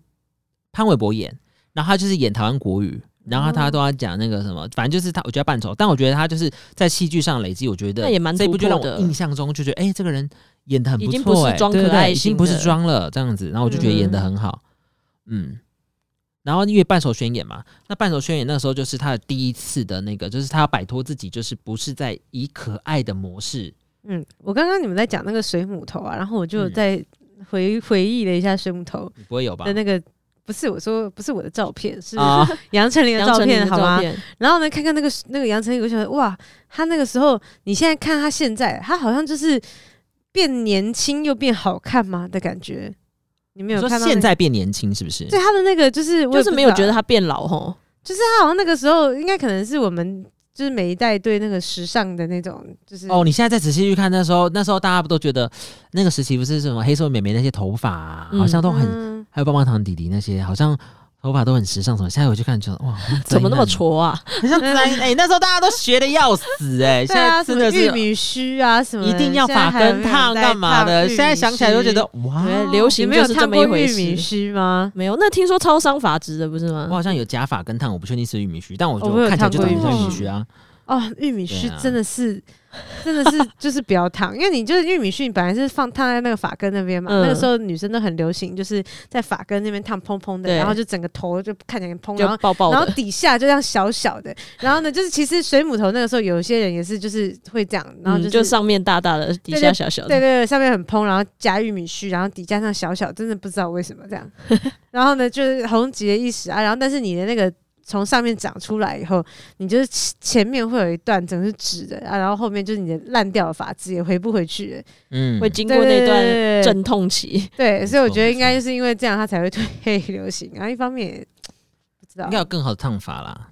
S1: 潘玮柏演，然后他就是演台湾国语，然后他都要讲那个什么，反正就是他，我觉得扮丑，但我觉得他就是在戏剧上累积，我觉得
S3: 那也蛮
S1: 这一部
S3: 突
S1: 就
S3: 破
S1: 让
S3: 的
S1: 我印象中就觉得，哎、这个人演的很
S3: 已经不
S1: 错、
S3: 是
S1: 哎，
S3: 装
S1: 对
S3: 可
S1: 对对
S3: 爱
S1: 已
S3: 型
S1: 经不是
S3: 的
S1: 装了这样子，然后我就觉得演的
S2: 嗯
S1: 很好，嗯。然后因为半首宣言嘛，那半首宣言那时候就是他的第一次的那个，就是他要摆脱自己，就是不是在以可爱的模式，
S2: 嗯，我刚刚你们在讲那个水母头啊，然后我就
S1: 嗯
S2: 在回回忆了一下水母头
S1: 你不会有吧
S2: 的？那个。不是我说，不是我的照片，是
S3: (laughs)
S1: 啊，
S2: 杨丞琳的
S3: 杨
S2: 照
S3: 丞琳
S2: 片，
S3: 的
S2: 好
S3: 照
S2: 吗？
S3: 片，
S2: 然后呢，看看那个那个杨丞琳，我就觉得哇，他那个时候，你现在看他现在，他好像就是变年轻又变好看嘛的感觉。你没
S1: 你
S2: 有
S1: 说
S2: 看到、那
S1: 现
S2: 个
S1: 在变年轻是不是？
S2: 对他的那个就是，我
S3: 就
S2: 也
S3: 是
S2: 不
S3: 没有
S2: 知道
S3: 觉得他变老吼。
S2: 就是他好像那个时候，应该可能是我们就是每一代对那个时尚的那种，就是
S1: 哦，你现在再仔细去看，那时候那时候大家不都觉得那个时期不是什么黑社会美眉那些头发啊、
S3: 嗯
S1: 好像都很，
S2: 嗯
S1: 还有棒棒糖弟弟那些好像头发都很时尚什么。现在回去看就哇，
S2: (laughs)
S1: 好像灾
S3: 怎么那么
S1: 难，
S3: 挫啊？
S1: 很像灾难。 (laughs) 哎、那时候大家都学的要死哎、现
S2: (laughs) 对啊，
S1: 在
S2: 什
S1: 真
S2: 么
S1: 的
S2: 玉
S1: 是
S2: 米须啊什么的，
S1: 一定要
S2: 现在
S1: 发
S2: 还有
S1: 根
S2: 没有
S1: 烫
S2: 人在
S1: 干嘛
S2: 烫
S1: 的。
S2: 玉
S1: 现在
S2: 米
S1: 想起来就觉
S2: 须
S1: 觉得哇，
S3: 对流
S2: 哦你
S3: 行
S2: 没
S3: 就
S2: 有
S3: 是这
S2: 烫
S3: 么一
S2: 过
S3: 回
S2: 玉
S3: 事。
S2: 米须吗？
S3: 没有，那听说超商法值的不是
S1: 我
S3: 吗？
S1: 好像有假发跟烫，我不确定是玉米须，但我
S2: 哦嗯我有
S1: 就看起来就
S2: 烫
S1: 长
S2: 过
S1: 得像
S2: 玉米
S1: 玉米须啊。
S2: 哦，玉米须
S1: 对啊
S2: 真的是，真的是就是不要烫，因为你就是玉米须，你本来是放烫在那个发根那边嘛，
S3: 嗯
S2: 那个时候女生都很流行，就是在发根那边烫蓬蓬的，
S3: 对
S2: 然后就整个头就看起来蓬，然后
S3: 就抱抱
S2: 然后
S3: 的，
S2: 底下就这样小小的，然后呢，就是其实水母头那个时候有一些人也是就是会这样，然后
S3: 嗯
S2: 是、
S3: 就上面大大的，底
S2: 对
S3: 下小小
S2: 对对
S3: 的。
S2: 对，上面很蓬，然后加玉米须，然后底加上小小，真的不知道为什么
S3: (laughs)
S2: 这样。然后呢，就是红极了一时啊，然后但是你的那个从上面长出来以后，你就是前前面会有一段整个是直的啊，然后后面就是你的烂掉的发质也回不回去了。
S1: 嗯，
S3: 会经过那
S2: 对
S3: 段
S2: 对对
S3: 阵痛期，
S2: 对，所以我觉得
S1: 没错
S2: 应该就是因为这样，它才会推流行。啊然后一方面也不知道
S1: 应该，有更好的烫法啦，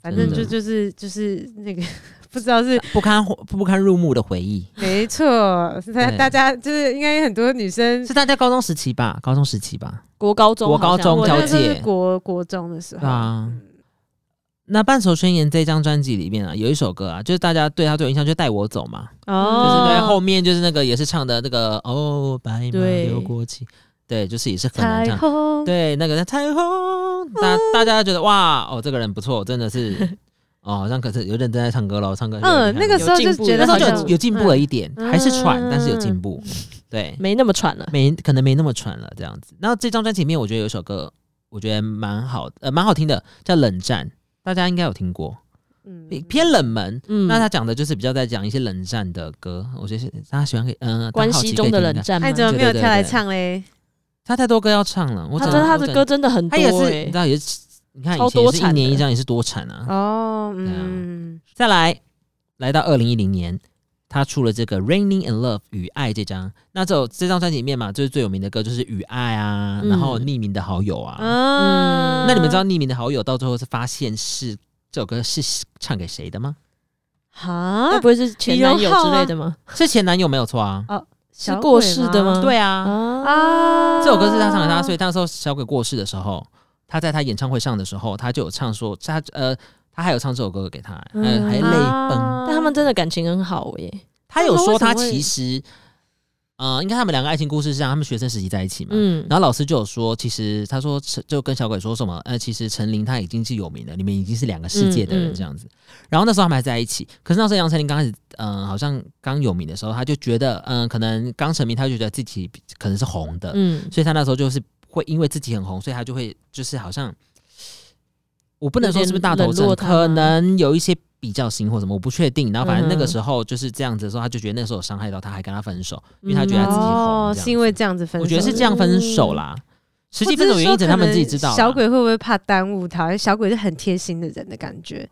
S2: 反正就
S1: 真的
S2: 就是就是那个 (laughs) 不知道是
S1: 不堪不堪入目的回忆。
S2: 没错，是大
S1: 对
S2: 大家就是应该很多女生
S1: 是，大家高中时期吧，高中时期吧。
S3: 国高中，
S1: 国高中
S2: 我
S1: 交
S2: 那时候
S1: 界
S2: 是国国中的时候
S1: 对啊那《半熟宣言》这张专辑里面啊，有一首歌啊，就是大家对他最有印象，就《带我走》嘛，就是
S2: 哦，
S1: 在
S3: 嗯
S1: 后面就是那个也是唱的那个哦，白马
S3: 对
S1: 流过期，对，就是也是很难
S2: 彩
S1: 唱，
S2: 虹，哦
S1: 对，那个彩虹，大大家觉得哇，哦，这个人不错，真的是 (laughs) 哦，好像可是有认真在唱歌喽，唱歌有点
S2: 嗯，那
S1: 看
S2: 个时候就觉得
S1: 那时
S2: 好
S1: 候就
S2: 像
S1: 有有进步了一点，
S2: 嗯
S1: 还是喘，但是有进步，对，
S3: 没那么喘了。
S1: 没可能没那么喘了这样子。然后这张专辑里面，我觉得有一首歌，我觉得蛮好，呃，蛮好听的，叫《冷战》，大家应该有听过，
S2: 嗯
S1: 比偏冷门。
S3: 嗯，
S1: 那他讲的就是比较在讲一些冷战的歌，我觉得是大家喜欢可以，嗯、呃，
S3: 关系中的冷
S1: 大家好
S3: 战
S1: 奇可以听听看。
S3: 嘛
S2: 哎，，怎么没有跳来唱嘞？
S1: 他太多歌要唱了，我
S3: 他啊
S1: 真
S3: 真
S1: 的
S3: 的他的歌，真的很
S1: 我
S3: 多
S1: 真的他
S3: 欸
S1: 也是，你知，道也是，你看
S3: 超
S1: 以前
S3: 多
S1: 也是
S3: 产
S1: 一
S3: 的
S1: 年一张，也是多产啊。
S2: 哦，嗯，
S1: 再来，来到二零一零年，他出了这个《Raining in Love》与爱这张，那这首这张专辑里面嘛，就是最有名的歌就是《与爱》啊，
S3: 嗯
S1: 然后《匿名的好友》
S2: 嗯
S1: 啊，
S2: 啊，
S1: 那你们知道《匿名的好友》到最后是发现是这首歌是唱给谁的吗？
S2: 哈
S1: 啊
S3: 会不会是前男友之类的
S2: 啊
S3: 吗？
S1: 是前男友没有错啊。
S3: 是过世的吗？
S1: 对啊，
S3: 啊，
S2: 啊，
S1: 这首歌是他唱给他，所以那时候小鬼过世的时候，他在他演唱会上的时候，他就有唱说他呃。他还有唱这首歌给他，嗯、
S3: 嗯
S1: 还泪
S2: 啊
S1: 奔。
S3: 但他们真的感情很好欸耶，
S1: 他有说他
S3: 那他为什么会
S1: 其实，呃，应该他们两个爱情故事是让他们学生时期在一起嘛。
S3: 嗯，
S1: 然后老师就有说，其实他说陈就跟小鬼说什么，呃，其实陈琳她已经是有名的，你们已经是两个世界的
S3: 嗯嗯
S1: 人这样子。然后那时候他们还在一起，可是那时候杨丞琳刚开始，嗯、好像刚有名的时候，他就觉得，嗯、可能刚成名，他就觉得自己可能是红的，
S3: 嗯，
S1: 所以他那时候就是会因为自己很红，所以他就会就是好像，我不能说是不是大头
S3: 有点冷
S1: 症，
S3: 落他吗
S1: 可能有一些比较心或什么，我不确定。然后反正那
S2: 嗯
S1: 个时候就是这样子的时候，他就觉得那时候有伤害到他，还跟他分手，因为他觉得他自己红
S2: 哦，
S1: 这样子。
S2: 是因为这样子分手，嗯
S1: 我觉得是这样分手啦。实际分手原因只能他们自己知道啦。
S2: 小鬼会不会怕耽误他？小鬼是很贴心的人的感觉，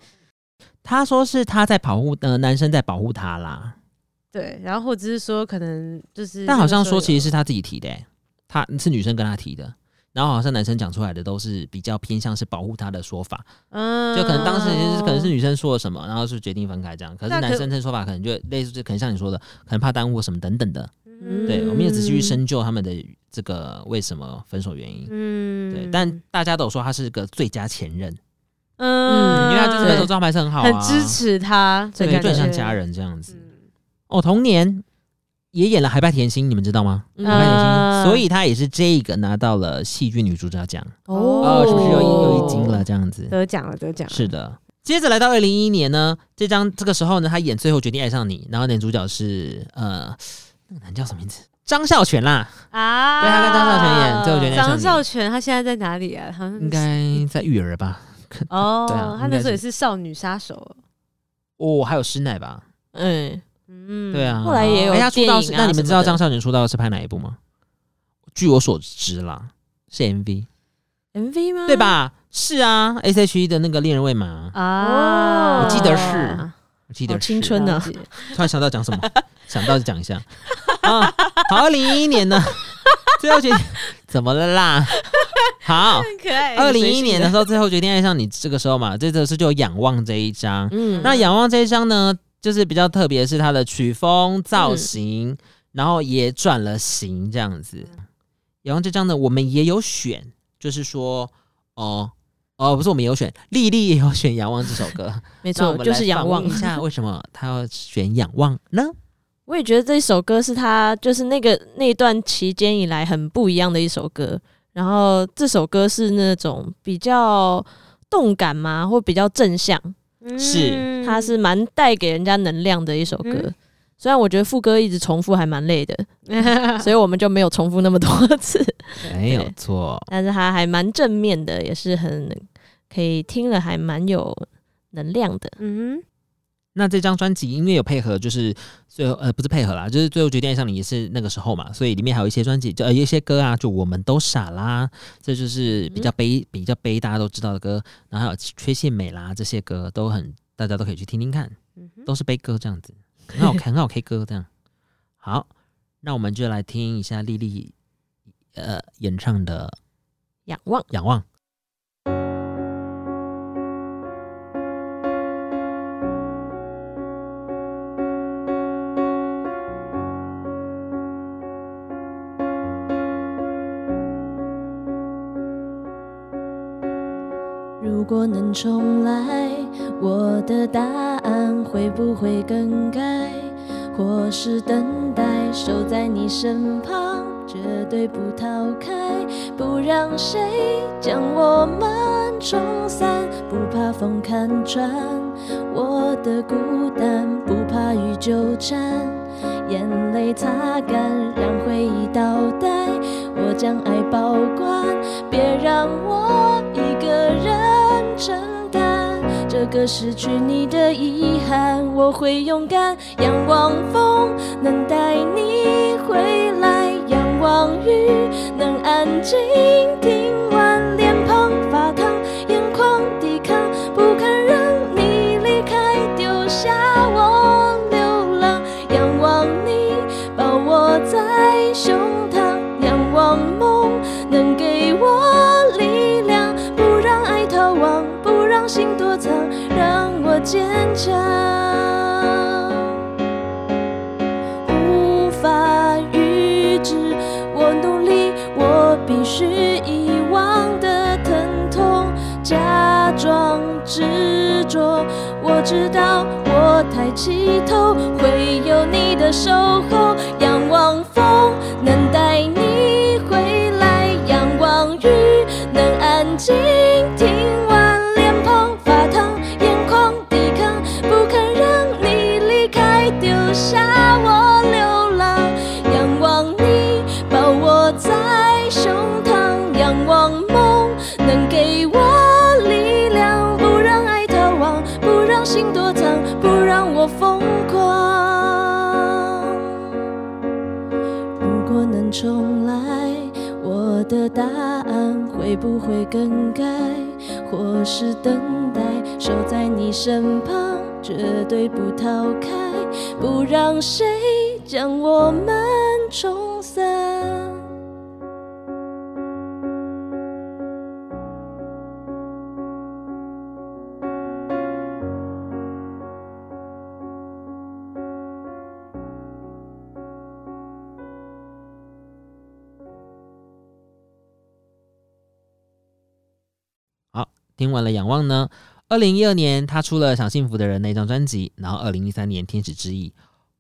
S1: 他说是他在保护，呃，男生在保护他啦。
S2: 对，然后或者是说可能就是，
S1: 但好像说其实是他自己提的、欸，他是女生跟他提的。然后好像男生讲出来的都是比较偏向是保护她的说法，
S2: 嗯
S1: 就可能当时就是可能是女生说了什么，然后就决定分开这样。可是
S2: 那可
S1: 男生这说法可能就类似，就可能像你说的，可能怕耽误什么等等的。
S2: 嗯
S1: 对，我们也仔细去深究他们的这个为什么分手原因。
S2: 嗯
S1: 对，但大家都说他是个最佳前任，因
S2: 嗯
S1: 为他就是那时候状态是很好、啊，
S2: 很支，持他，
S1: 对，
S2: 感
S1: 就
S2: 觉
S1: 很像家。人这样子。
S2: 嗯
S1: 哦，同年也演了《海派甜心》，你们知道吗？
S3: 嗯
S1: 海派甜心，
S2: 啊
S1: 所以他也是这个拿到了戏剧女主角奖，
S2: 哦
S1: 哦，是不是又一又
S2: 一
S1: 一金了？这样子？
S2: 得奖了，得奖了。
S1: 是的。接着来到二零一一年呢，这张这个时候呢，他演《最后决定爱上你》，然后男主角是呃，那个男叫什么名字？张孝全啦，
S2: 啊，
S1: 对他跟张孝全演最后决定爱上
S2: 张
S1: 你
S2: 孝全他现在在哪里啊？好像
S1: 应该在育儿吧？
S2: 哦
S1: 对啊，
S2: 他那时
S1: 应该是
S2: 候也是少女杀手。
S1: 哦，还有师奶吧？
S3: 嗯，
S2: 嗯，
S1: 对啊，
S3: 后来也有
S1: 哎他出道是、
S3: 电影啊
S1: 那你们知道
S3: 什么的
S1: 张孝全出道是拍哪一部吗？据我所知啦，是 MV，、
S3: MV 吗？
S1: 对？吧？是啊，S H E 的那个恋人未满啊，
S2: 啊，
S1: 我记得是我记
S3: 好
S1: 得
S3: 青
S1: 是
S3: 春
S2: 了
S3: 啊！
S2: 解
S1: 突然想到讲什么， (laughs) 想到就讲一下啊。好，二零一一年呢， (laughs) 最后决定 (laughs) 怎么了啦？好，
S2: 很可爱
S1: 二零一一年的时候，最后决定爱上你，这个时候嘛，这则是就有仰望这一张。
S3: 嗯，
S1: 那仰望这一张呢，就是比较特别，是它的曲风、造型，然后也转了型这样子。仰望这张呢，我们也有选，就是说，哦、哦，不是我们有选，丽丽也有选《仰望》这首歌，
S3: 没
S1: 那我
S3: 错，
S1: 们
S3: 就
S1: 来
S3: 是仰
S1: 访
S3: 望
S1: 问一。下，为什么她要选《仰望》呢？
S3: 我也觉得这首歌是他就是那个那一段期间以来很不一样的一首歌。然后这首歌是那种比较动感嘛，或比较正向，
S1: 是
S3: 它
S2: (laughs)
S3: 是蛮带给人家能量的一首歌。
S2: 嗯
S3: 虽然我觉得副歌一直重复还蛮累的，
S2: 嗯
S1: 啊
S3: 所以我们就没有重复那么多次，
S1: 没有错，
S3: 但是它还蛮正面的，也是很可以听了还蛮有能量的。
S2: 嗯
S1: 那这张专辑因为有配合，就是最后呃不是配合啦，就是最后决定爱上你也是那个时候嘛，所以里面还有一些专辑，就呃有一些歌啊，就我们都傻啦，这就是比较
S3: 嗯
S1: 悲、比较悲大家都知道的歌，然后还有缺陷美啦这些歌都很大家都可以去听听看，
S2: 嗯哼
S1: 都是悲歌
S3: (laughs)
S1: 这样子，很好看很好 K 歌这样。好，那我们就来听一下丽丽呃演唱的
S3: 仰望，
S1: 《仰望》。
S5: 如果能重来，我的答案会不会更改？或是等待守在你身旁，绝对不逃开，不让谁将我们冲散，不怕风看穿我的孤单，不怕雨纠缠，眼泪擦干，让回忆倒带，我将爱保管。别让我一个人承担这个失去你的遗憾，我会勇敢。仰望风能带你回来，仰望雨能安静听完脸庞发烫，眼眶抵抗，不肯让你离开，丢下我流浪，仰望你抱我在胸膛，仰望梦。能给我力量，不让爱逃亡，不让心躲藏，让我坚强，无法预知。我努力，我必须遗忘的疼痛，假装执着。我知道，我抬起头会有你的守候，仰望风能带你回来，仰望雨能安静听完脸庞发烫，眼眶抵抗，不肯让你离开，丢下我流浪，仰望你抱我在胸膛，仰望梦能给我力量，不让爱逃亡，不让心躲藏，不让我疯狂。如果能重来，我的答案会不会更改？或是等待，守在你身旁，绝对不逃开，不让谁将我们冲散。
S1: 听完了《仰望》呢，二零一二年他出了《想幸福的人》那张专辑，然后二零一三年《天使之翼》，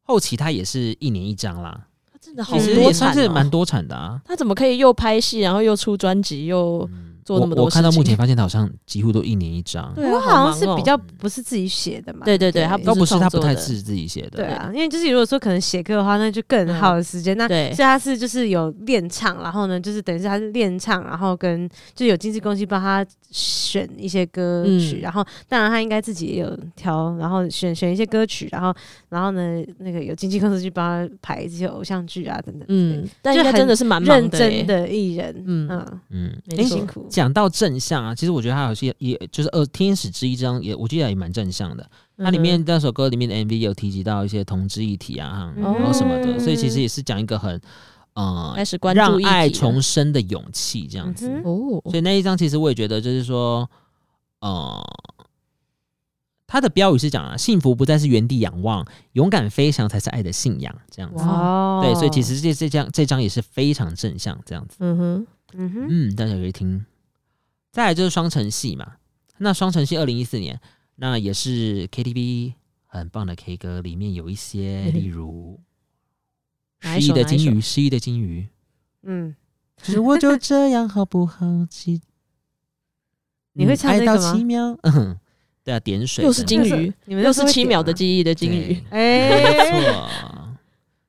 S1: 后期他也是一年一张啦，
S3: 他真的好
S1: 其实
S3: 多
S1: 也
S3: 产、
S1: 算
S3: 哦，
S1: 是蛮多产的啊。
S3: 他怎么可以又拍戏，然后又出专辑，又
S1: 嗯
S3: 做那么
S1: 我
S3: 多
S1: 我
S3: 事情？
S1: 看到目前发现他好像几乎都一年一张，
S3: 对啊
S2: 我好像
S3: 忙
S2: 是
S3: 哦
S2: 比较不是自己写的嘛，
S3: 对对对他
S1: 都
S3: 不
S1: 不
S3: 是
S1: 是
S3: 创
S1: 他
S3: 作
S1: 不太
S3: 的
S1: 是自己写的
S2: 对，啊，因为就是如果说可能写歌的话，那就
S1: 嗯
S2: 更耗的时间。那所
S3: 对
S2: 以他是就是有练唱，然后呢，就是等于是他是练唱，然后跟就有经纪公司帮他选一些歌曲，
S3: 嗯
S2: 然后当然他应该自己也有挑，然后选选一些歌曲，然后然后呢，那个有经纪公司去帮他排这些偶像剧啊等等。
S3: 嗯，但
S2: 就
S3: 应该
S2: 很
S3: 真的是蛮忙
S2: 认
S3: 欸
S2: 真，的艺人，
S3: 嗯
S2: 嗯，
S1: 嗯，
S3: 没
S1: 诶
S3: 错
S2: 辛苦。
S1: 讲到正向啊，其实我觉得他有些也就是呃《天使之一》这张也，我觉得也蛮正向的。
S3: 嗯
S1: 它里面那首歌里面的 MV 有提及到一些同志议题啊，
S2: 嗯
S1: 然后什么的，
S3: 嗯
S1: 所以其实也是讲一个很呃
S3: 开始关
S1: 让
S3: 注议题
S1: 爱
S3: 了
S1: 重生的勇气这样子。
S2: 嗯哼
S3: 哦，
S1: 所以那一张其实我也觉得就是说，呃，它的标语是讲啊，幸福不再是原地仰望，勇敢飞翔才是爱的信仰这样子。
S2: 哦
S1: 对，所以其，实这这张这张也是非常正向这样子。
S3: 嗯哼，
S2: 嗯哼，
S1: 嗯，大家可以听。再来就是双城系嘛，那双城系二零一四年，那也是 KTV 很棒的 K 歌，里面有
S3: (laughs)
S1: 一些，例如《
S3: 哪一
S1: 失忆
S3: 首
S1: 的
S3: 哪一
S1: 金
S3: 首
S1: 鱼》，《失忆的金鱼
S2: 嗯，》，
S1: 是我就这样好不好？ (laughs) 记
S2: 你会唱
S1: 爱
S2: 这个
S1: 到
S2: 吗
S1: 奇妙，嗯， (laughs) 对啊，点水
S3: 又是
S1: 的
S3: 金
S2: 那时候
S3: 鱼，
S2: 你们
S3: 六
S2: 那时
S3: 十
S2: 候会
S3: 七
S2: 点
S3: 秒的
S2: 吗，
S3: 记忆的金鱼
S1: 对，
S2: 哎，
S1: (laughs) 没错。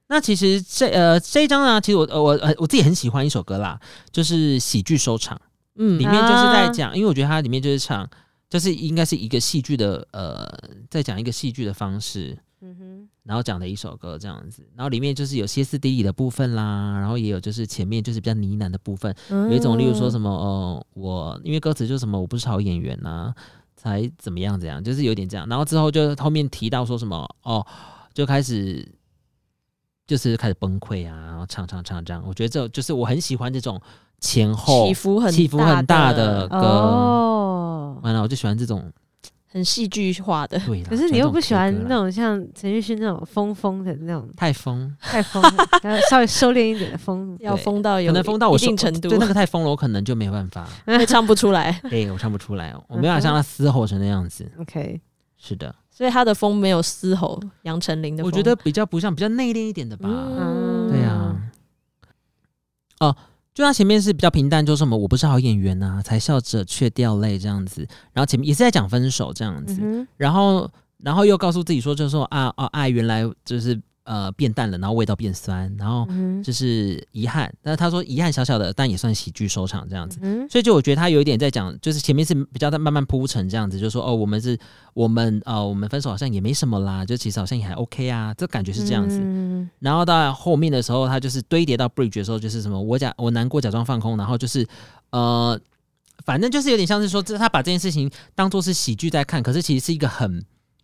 S1: 那其实这呃这一张呢，其实我呃我呃我自己很喜欢一首歌啦，就是喜剧收场。
S3: 嗯
S1: 里，面就是在
S2: 啊
S1: 讲，因为我觉得它里面就是唱，就是应该是一个戏剧的呃，在讲一个戏剧的方式，
S2: 嗯哼，
S1: 然后讲的一首歌这样子，然后里面就是有歇斯底里的部分啦，然后也有就是前面就是比较呢喃的部分，有一种例如
S2: 嗯
S1: 说什么哦、呃我因为歌词就是什么我不是好演员呐、才怎么样怎样，就是有点这样，然后之后就后面提到说什么哦，就开始。就是开始崩溃啊，然后唱唱唱这样，我觉得这就是我很喜欢这种前后
S3: 起伏很
S1: 起伏很大的歌。
S2: 哦，
S1: 完了，我就喜欢这种
S3: 很戏剧化的，
S1: 对啦。
S2: 可是你又不喜欢
S1: 喜欢这
S2: 那
S1: 种 K 歌啦
S2: 种像陈奕迅那种疯疯的那种，
S1: 太疯，
S2: 太疯了，要稍微收敛一点的疯。
S3: 要疯到有
S1: 可能疯到我
S3: 一
S1: 受
S3: 定程度
S1: 对，那个太疯了，我可能就没办法，
S3: (laughs) 会唱不出来，
S1: 对我唱不出来，我没办
S3: 嗯
S1: 法像他嘶吼成那样子。
S2: OK，
S1: 是的，
S3: (laughs) 所以他的风没有嘶吼杨丞琳的风，
S1: 我觉得比较不像，比较内敛一点的吧。
S3: 嗯
S1: 对啊，哦。就他前面是比较平淡，就是什么我不是好演员呐、才笑着却掉泪这样子，然后前面也是在讲分手这样子，
S2: 嗯
S1: 然后然后又告诉自己说，就是说啊啊爱原来就是呃变淡了，然后味道变酸，然后
S2: 哼，嗯
S1: 就是遗憾。但是他说遗憾小小的，但也算喜剧收场这样子。
S2: 嗯哼，
S1: 所以就我觉得他有一点在讲，就是前面是比较在慢慢铺陈这样子，就说哦，我们是我们呃，我们分手好像也没什么啦，就其实好像也还 OK 啊，这感觉是这样子。
S2: 嗯
S1: 然后到后面的时候，他就是堆叠到 bridge 的时候，就是什么我假我难过假装放空，然后就是呃，反正就是有点像是说，这他把这件事情当做是喜剧在看，可是其实是一个很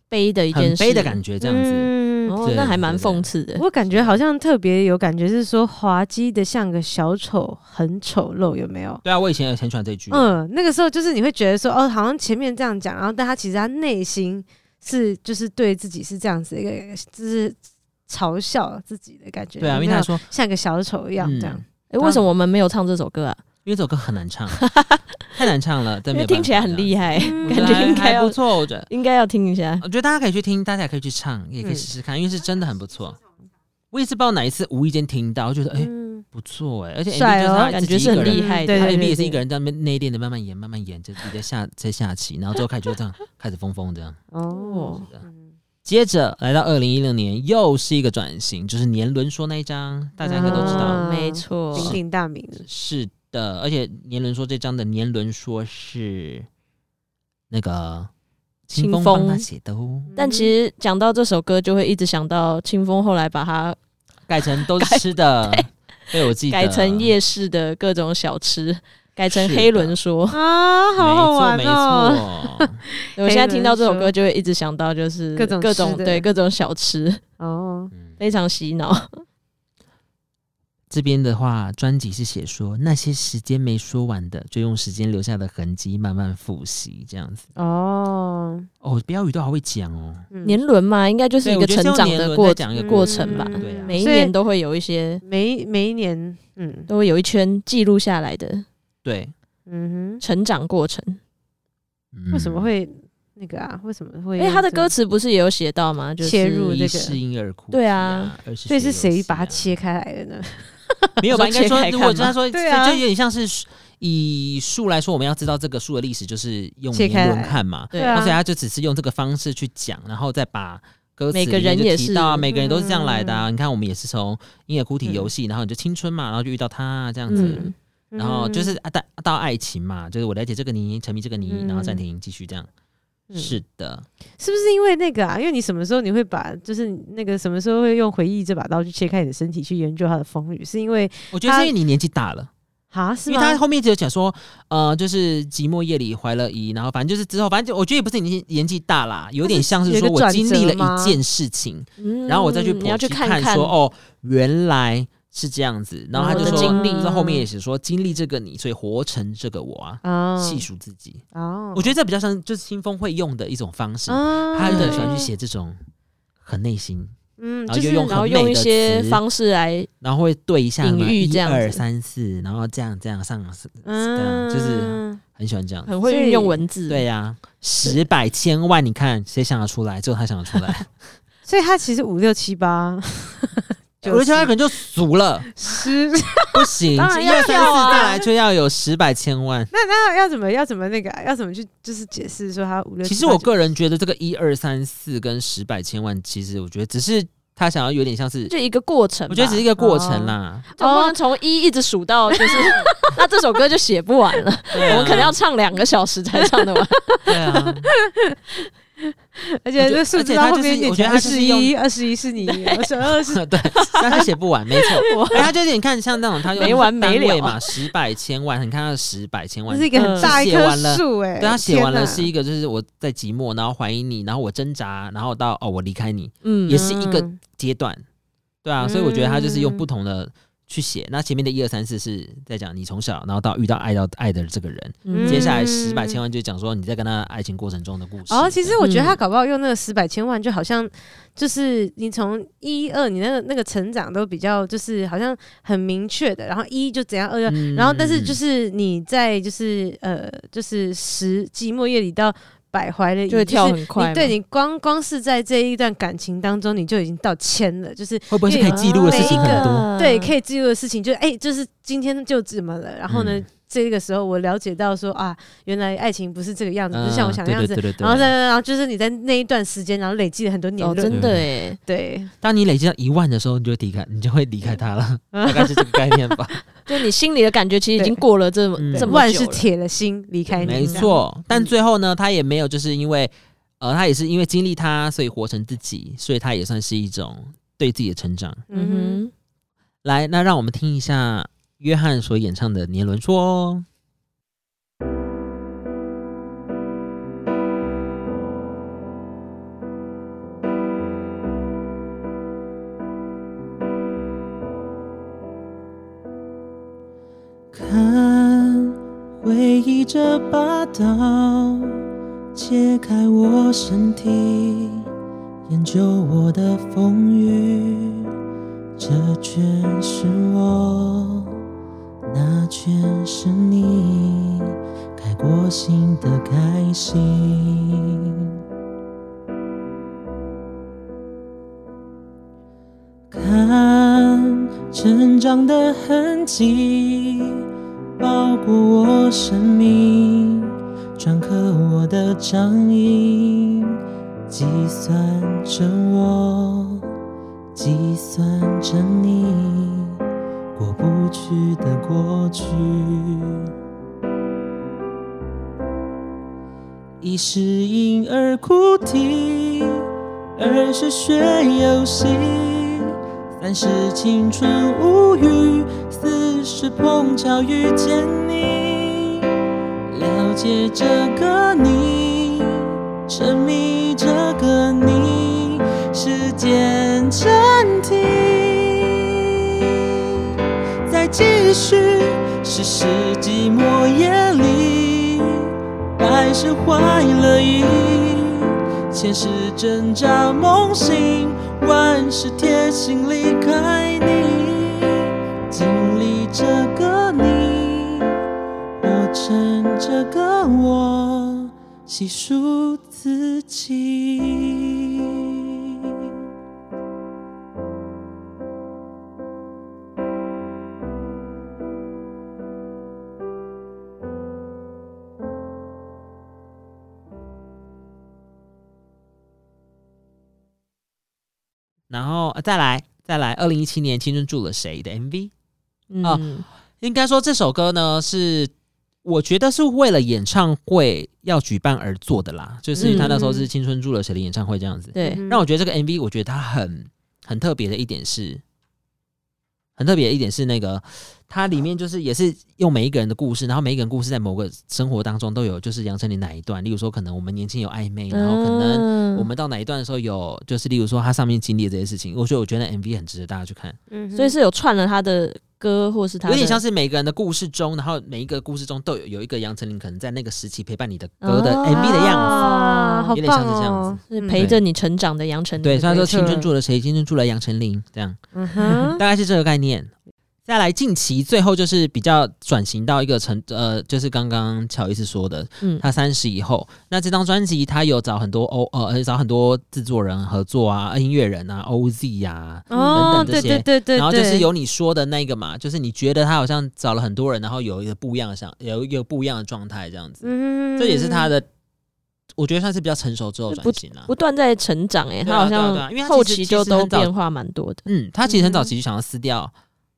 S3: 悲的一件
S1: 很
S3: 事，
S1: 悲的感觉这样子。
S2: 嗯
S3: 哦，
S1: 对
S3: 那还蛮
S1: 对对
S3: 讽刺的，
S2: 我感觉好像特别有感觉，是说滑稽的像个小丑，很丑陋，有没有？
S1: 对啊，我以前也很喜欢这句。
S2: 嗯，那个时候就是你会觉得说，哦，好像前面这样讲，然后但他其实他内心是就是对自己是这样子一个，就是嘲笑自己的感觉。
S1: 对啊，因为
S2: 有没
S1: 他
S2: 有
S1: 说，
S2: 像个小丑一样
S1: 嗯
S2: 这样。
S3: 哎，为什么我们没有唱这首歌啊？
S1: 因为这首歌很
S3: (laughs)
S1: 难唱，太难唱了，但
S3: 因为
S1: 没有办法
S3: 听起来很厉害，
S1: 这
S2: 嗯
S1: 样，
S3: 感
S1: 我
S3: 觉应该
S1: 还还不
S3: 要
S1: 错，我觉得。
S3: 应该要听一下。
S1: 我觉得大家可以去听，大家也可以去唱，也
S3: 嗯
S1: 可以试试看，因为是真的很不错。我也是不知道哪一次无意间听到，我觉得哎、
S2: 嗯，
S1: 不错哎、而且 MV
S2: 帅
S1: 就是
S2: 哦
S1: 他
S3: 感
S1: 自己
S3: 觉是
S1: 一
S3: 很
S1: 个人
S3: 厉害的
S2: 对
S1: 他
S2: 对
S1: MV
S2: 对
S1: 也是一个人在那边内敛的慢慢演，慢慢演，就自己在下在下棋，然后之后开始就这样 (laughs) 开始疯疯这样。
S2: 哦，
S1: 啊接着来到二零一六年，又是一个转型，就是年轮说那一张，大家应该都知道。
S2: 啊
S3: 没错，
S2: 鼎鼎大名，
S1: 是的，而且年轮说这张的年轮说是那个
S3: 清
S1: 清风帮他
S3: 风
S1: 写的哦，
S3: 但其实讲到这首歌，就会一直想到清风后来把它
S1: 改成都是
S2: (laughs)
S1: 吃的，对我记得
S3: 改成夜市的各种小吃，改成
S1: 是
S3: 黑
S1: 的
S3: 轮
S2: (laughs)
S3: 说。
S2: 啊，好好玩
S1: 没
S2: 哦。
S1: 错，
S2: (laughs)
S1: 没错
S3: 我现在听到这首
S2: 黑
S3: 歌，
S2: 轮
S3: 就会一直想到就是
S2: 各种
S3: 各
S2: 吃
S3: 种
S2: 的
S3: 对各种小吃，
S2: 哦，
S1: 嗯
S3: 非常洗脑。
S1: 这边的话，专辑是写说那些时间没说完的，就用时间留下的痕迹慢慢复习，这样子。
S2: 哦，
S1: 哦，标语都好会讲哦，
S2: 嗯
S3: 年轮嘛，应该就是
S1: 对
S3: 一
S1: 我
S3: 个
S1: 觉
S3: 成
S1: 得是用
S3: 长
S1: 年
S3: 的
S1: 轮
S3: 过
S1: 在讲一个
S3: 过程吧
S2: 嗯，
S1: 对啊，
S3: 每一
S2: 所以
S3: 年都会有一些，
S2: 每每一年，嗯
S1: 啊
S3: 都会有一圈记录下来的
S1: 对，
S2: 嗯
S3: 成长过程。
S2: 为
S1: 嗯
S2: 什么会那个啊？为什么会？
S3: 哎，他的歌，词不是也有写到吗？就是
S2: 切入这个
S1: 一世婴儿哭泣、
S3: 对
S1: 啊
S3: 啊，
S1: 二十
S2: 所以是
S1: 岁游
S2: 谁
S1: 戏
S2: 把它
S1: 啊？
S2: 切开来的呢？
S1: 没有吧？
S3: (laughs) 你
S1: 应
S3: 说切
S1: 该说
S3: 开，
S1: 如果
S3: 看
S1: 真的说，
S2: 对啊
S1: 这就有点像是树以树来说，我们要知道这个树的历史，就是用
S2: 切开
S1: 年轮
S2: 来
S1: 看嘛。
S3: 对
S2: 啊
S1: 那所以他就只是用这个方式去讲，然后再把歌词
S3: 每个
S1: 里面
S3: 人
S1: 就
S3: 也
S1: 提
S3: 是
S1: 到啊每个人都是这样来的啊。
S2: 嗯
S1: 你看，我们也是从婴儿哭体游戏，然后你就青春嘛，然后就遇到他啊这样子，
S3: 嗯，
S1: 然后
S2: 嗯
S1: 就是啊到到爱情嘛，就是我了解这个你，沉迷这个你，然后暂停继续这样。
S2: 嗯
S1: 是的，
S2: 是不是因为那个啊？因为你什么时候你会把就是那个什么时候会用回忆这把刀去切开你的身体去研究它的风雨？是因为
S1: 我觉得是因为你年纪大了。
S2: 啊是
S1: 因为他
S2: 吗？
S1: 后面只有讲说，呃，就是寂寞夜里怀了疑，然后反正就是之后，反正就我觉得也不是你年纪大啦，有点像是
S2: 有一个
S1: 说我
S2: 转
S1: 经
S2: 折
S1: 历了一
S2: 吗
S1: 件事情，
S3: 嗯
S1: 然后我再去
S3: 你要
S1: 剖
S3: 去
S1: 析
S3: 看嗯
S1: 看说，哦，原来是这样子。然后他
S3: 我
S1: 就
S3: 的
S1: 说，
S3: 经历
S1: 这后面也是说经历这个你，所以活成这个我啊，
S3: 嗯
S2: 啊
S1: 细数自己。
S2: 哦，
S1: 我觉得这比较像就是清风会用的一种方式，
S3: 嗯
S2: 啊
S1: 他很喜欢去写这种很内心，
S2: 嗯，
S1: 然
S2: 就
S1: 后
S2: 是
S1: 又用
S3: 然后
S1: 很美
S3: 用一
S1: 的
S3: 些
S1: 词
S3: 方式来，
S1: 然后会对一下
S3: 隐
S1: 嘛，
S3: 喻
S1: 一
S3: 这样
S1: 二
S3: 子
S1: 三四，然后这样这样上，是这样就是很喜欢这样。
S3: 很会
S2: 所以
S3: 运用文字。
S1: 对呀、十百千万，你看谁想得出来？只有他想得出来。
S2: 所以他其实五六七八
S1: (laughs) 我觉得他可能就俗了，
S2: 十，
S1: 不行，一
S2: 当然要
S1: 二三
S2: 跳
S1: 四
S2: 啊
S1: 再来就要有十百千万。
S2: 那 (laughs) 那要怎么要怎么那个啊、要怎么去就是解释说他五六七八九？
S1: 其实我个人觉得这个一二三四跟十百千万，其实我觉得只是他想要有点像是，
S3: 就一哦个过程吧，
S1: 我觉得只是一哦个过程啦。
S3: 总不能从一一直数到就是，
S1: (laughs)
S3: 那这首歌就写不完了，
S1: 对啊
S3: (laughs) 我们可能要唱两个小时才唱得
S1: (laughs)
S3: 完。
S1: 对啊，
S2: 而且
S1: 我觉
S2: 这
S1: 得
S2: 数
S1: 而且
S2: 字
S1: 他
S2: 到后
S1: 就是
S2: 面一点
S1: 我觉得
S2: 二
S1: 他就是
S2: 十
S1: 用
S2: 一，二十一是你，
S1: (laughs)
S2: 二十二是
S1: 对，但他写不完，没错。哎，他就有点看像那种他用
S3: 没完没了
S1: 单位嘛，十百千万，你看他十百千
S2: 这
S1: 万
S2: 是一个很大一
S1: 嗯写
S2: 棵
S1: 完了
S2: 树哎、
S1: 对他写
S2: 天
S1: 完了
S2: 哪
S1: 是一个，就是我在寂寞，然后怀疑你，然后我挣扎，然后到哦我离开你
S3: 嗯
S1: 也是一个
S2: 嗯
S1: 阶段，对啊，所以我觉得他就是用
S2: 嗯
S1: 不同的去写。那前面的一二三四是在讲你从小，然后到遇到爱到爱的这个人，
S2: 嗯
S1: 接下来十百千万就讲说你在跟他爱情过程中的故事。
S2: 哦，其实我觉得
S3: 嗯
S2: 他搞不好用那个十百千万，就好像就是你从一二，你那个那个成长都比较就是好像很明确的，然后一就怎样，二就、
S1: 嗯
S2: 然后但是就是你在就是呃就是十寂寞夜里到百怀的，
S3: 就会跳很快
S2: 你对
S3: 嘛
S2: 你光光是在这一段感情当中，你就已经到千了，就是
S1: 会不会是可以记录的事情很多？
S2: 对，
S3: 以
S2: 可以记录的事情，就是哎、就是今天就怎么了，然后呢，
S1: 嗯
S2: 这个时候我了解到说啊，原来爱情不是这个样子，不是像我想的
S1: 嗯
S2: 样子。
S1: 对对对对
S2: 然后在然后就是你在那一段时间，然后累积了很
S1: 嗯
S2: 多年
S3: 哦，
S2: 轮，
S3: 真的哎，
S2: 对，
S1: 当你累积到一万的时候，你就会离开，你就会离开
S2: (laughs)
S1: 他了，大概是这个概念吧。
S3: 就你心里的感觉其实已经
S2: 对
S3: 过了这么
S1: 嗯
S3: 这么
S2: 万
S3: 久
S2: 是
S3: 了
S2: 铁了心嗯离开你，
S1: 没错，但最后呢，他也没有就是因为，呃，他也是因为经历他，所以活成自己，所以他也算是一种对自己的成长。
S2: 这样，嗯
S3: 嗯
S1: 来，那让我们听一下约翰所演唱的《年轮说》哦。看，回忆这把刀切开我身体，研究我的风雨。这全是我，那全是你，开过心的开心。看成长的痕迹，包裹我生命，篆刻我的掌印，计算着我。计算着你过不去的过去。一是婴儿哭啼，二是学游戏，三是青春无语，四是碰巧遇见你，了解这个你，沉迷这个你，时间暂停，再继续是世纪末夜里，百是怀了意，千是挣扎梦醒，万是贴心离开你，经历这个你，活成这个我。
S4: 细数自己。
S1: 然后、呃再来再来，二零一七年《青春住了谁》的 MV，
S3: 嗯，
S1: 哦应该说这首歌呢是。我觉得是为了演唱会要举办而做的啦，就是他那时候
S2: 嗯
S1: 是《青春住了谁》的演唱会这样子。
S3: 对，
S1: 让我觉得这个 MV，我觉得它很很特别的一点是，很特别的一点是那个它里面就是也是用每一个人的故事，然后每一个人故事在某个生活当中都有，就是杨丞琳哪一段，例如说可能我们年轻有暧昧，然后可能
S3: 能
S1: 我们到哪一段的时候有，就是例如说他上面经历的这些事情，我觉得我觉得那 MV 很值得大家去看，
S2: 嗯哼
S3: 所以是有串了他的歌，或是他
S1: 有点
S3: 的
S1: 像是每个人的故事中，然后每一个故事中都有有一个杨丞琳可能在那个时期陪伴你的歌的
S3: 哦
S1: MV 的样子。
S2: 啊，好
S1: 有点像
S2: 棒
S1: 是这样
S2: 哦，
S3: 是
S2: 嗯
S3: 陪着你成长的杨丞琳。
S1: 对，虽然说
S2: 没错
S1: 青春住了谁，青春住了杨丞琳这样。
S2: 嗯哼，
S1: 大概是这个概念。再来，近期最后就是比较转型到一个成呃，就是刚刚乔伊斯说的，
S3: 嗯
S1: 他三十以后，那这张专辑他有找很多欧呃找很多制作人合作啊，音乐人啊，OZ 呀、啊，
S2: 哦，
S1: (laughs) 等等这
S2: 对
S1: 些
S2: 对对对，
S1: 然后就
S2: 对
S1: 是有你说的那个嘛，就是你觉得他好像找了很多人，然后有一个不一样的想，有一个不一样的状态这样子，
S2: 嗯
S1: 这也是他的，我觉得算是比较成熟之后
S3: 不
S1: 转型了、
S3: 不断在成长、欸，哎、
S1: 对
S3: 他
S1: 啊
S3: 好
S1: 对啊对啊因为
S3: 像
S1: 他
S3: 后
S1: 其实
S3: 期
S1: 其
S3: 就
S1: 实
S3: 都
S1: 很早
S3: 变化蛮多的。
S1: 嗯，他其实很早期就想要撕掉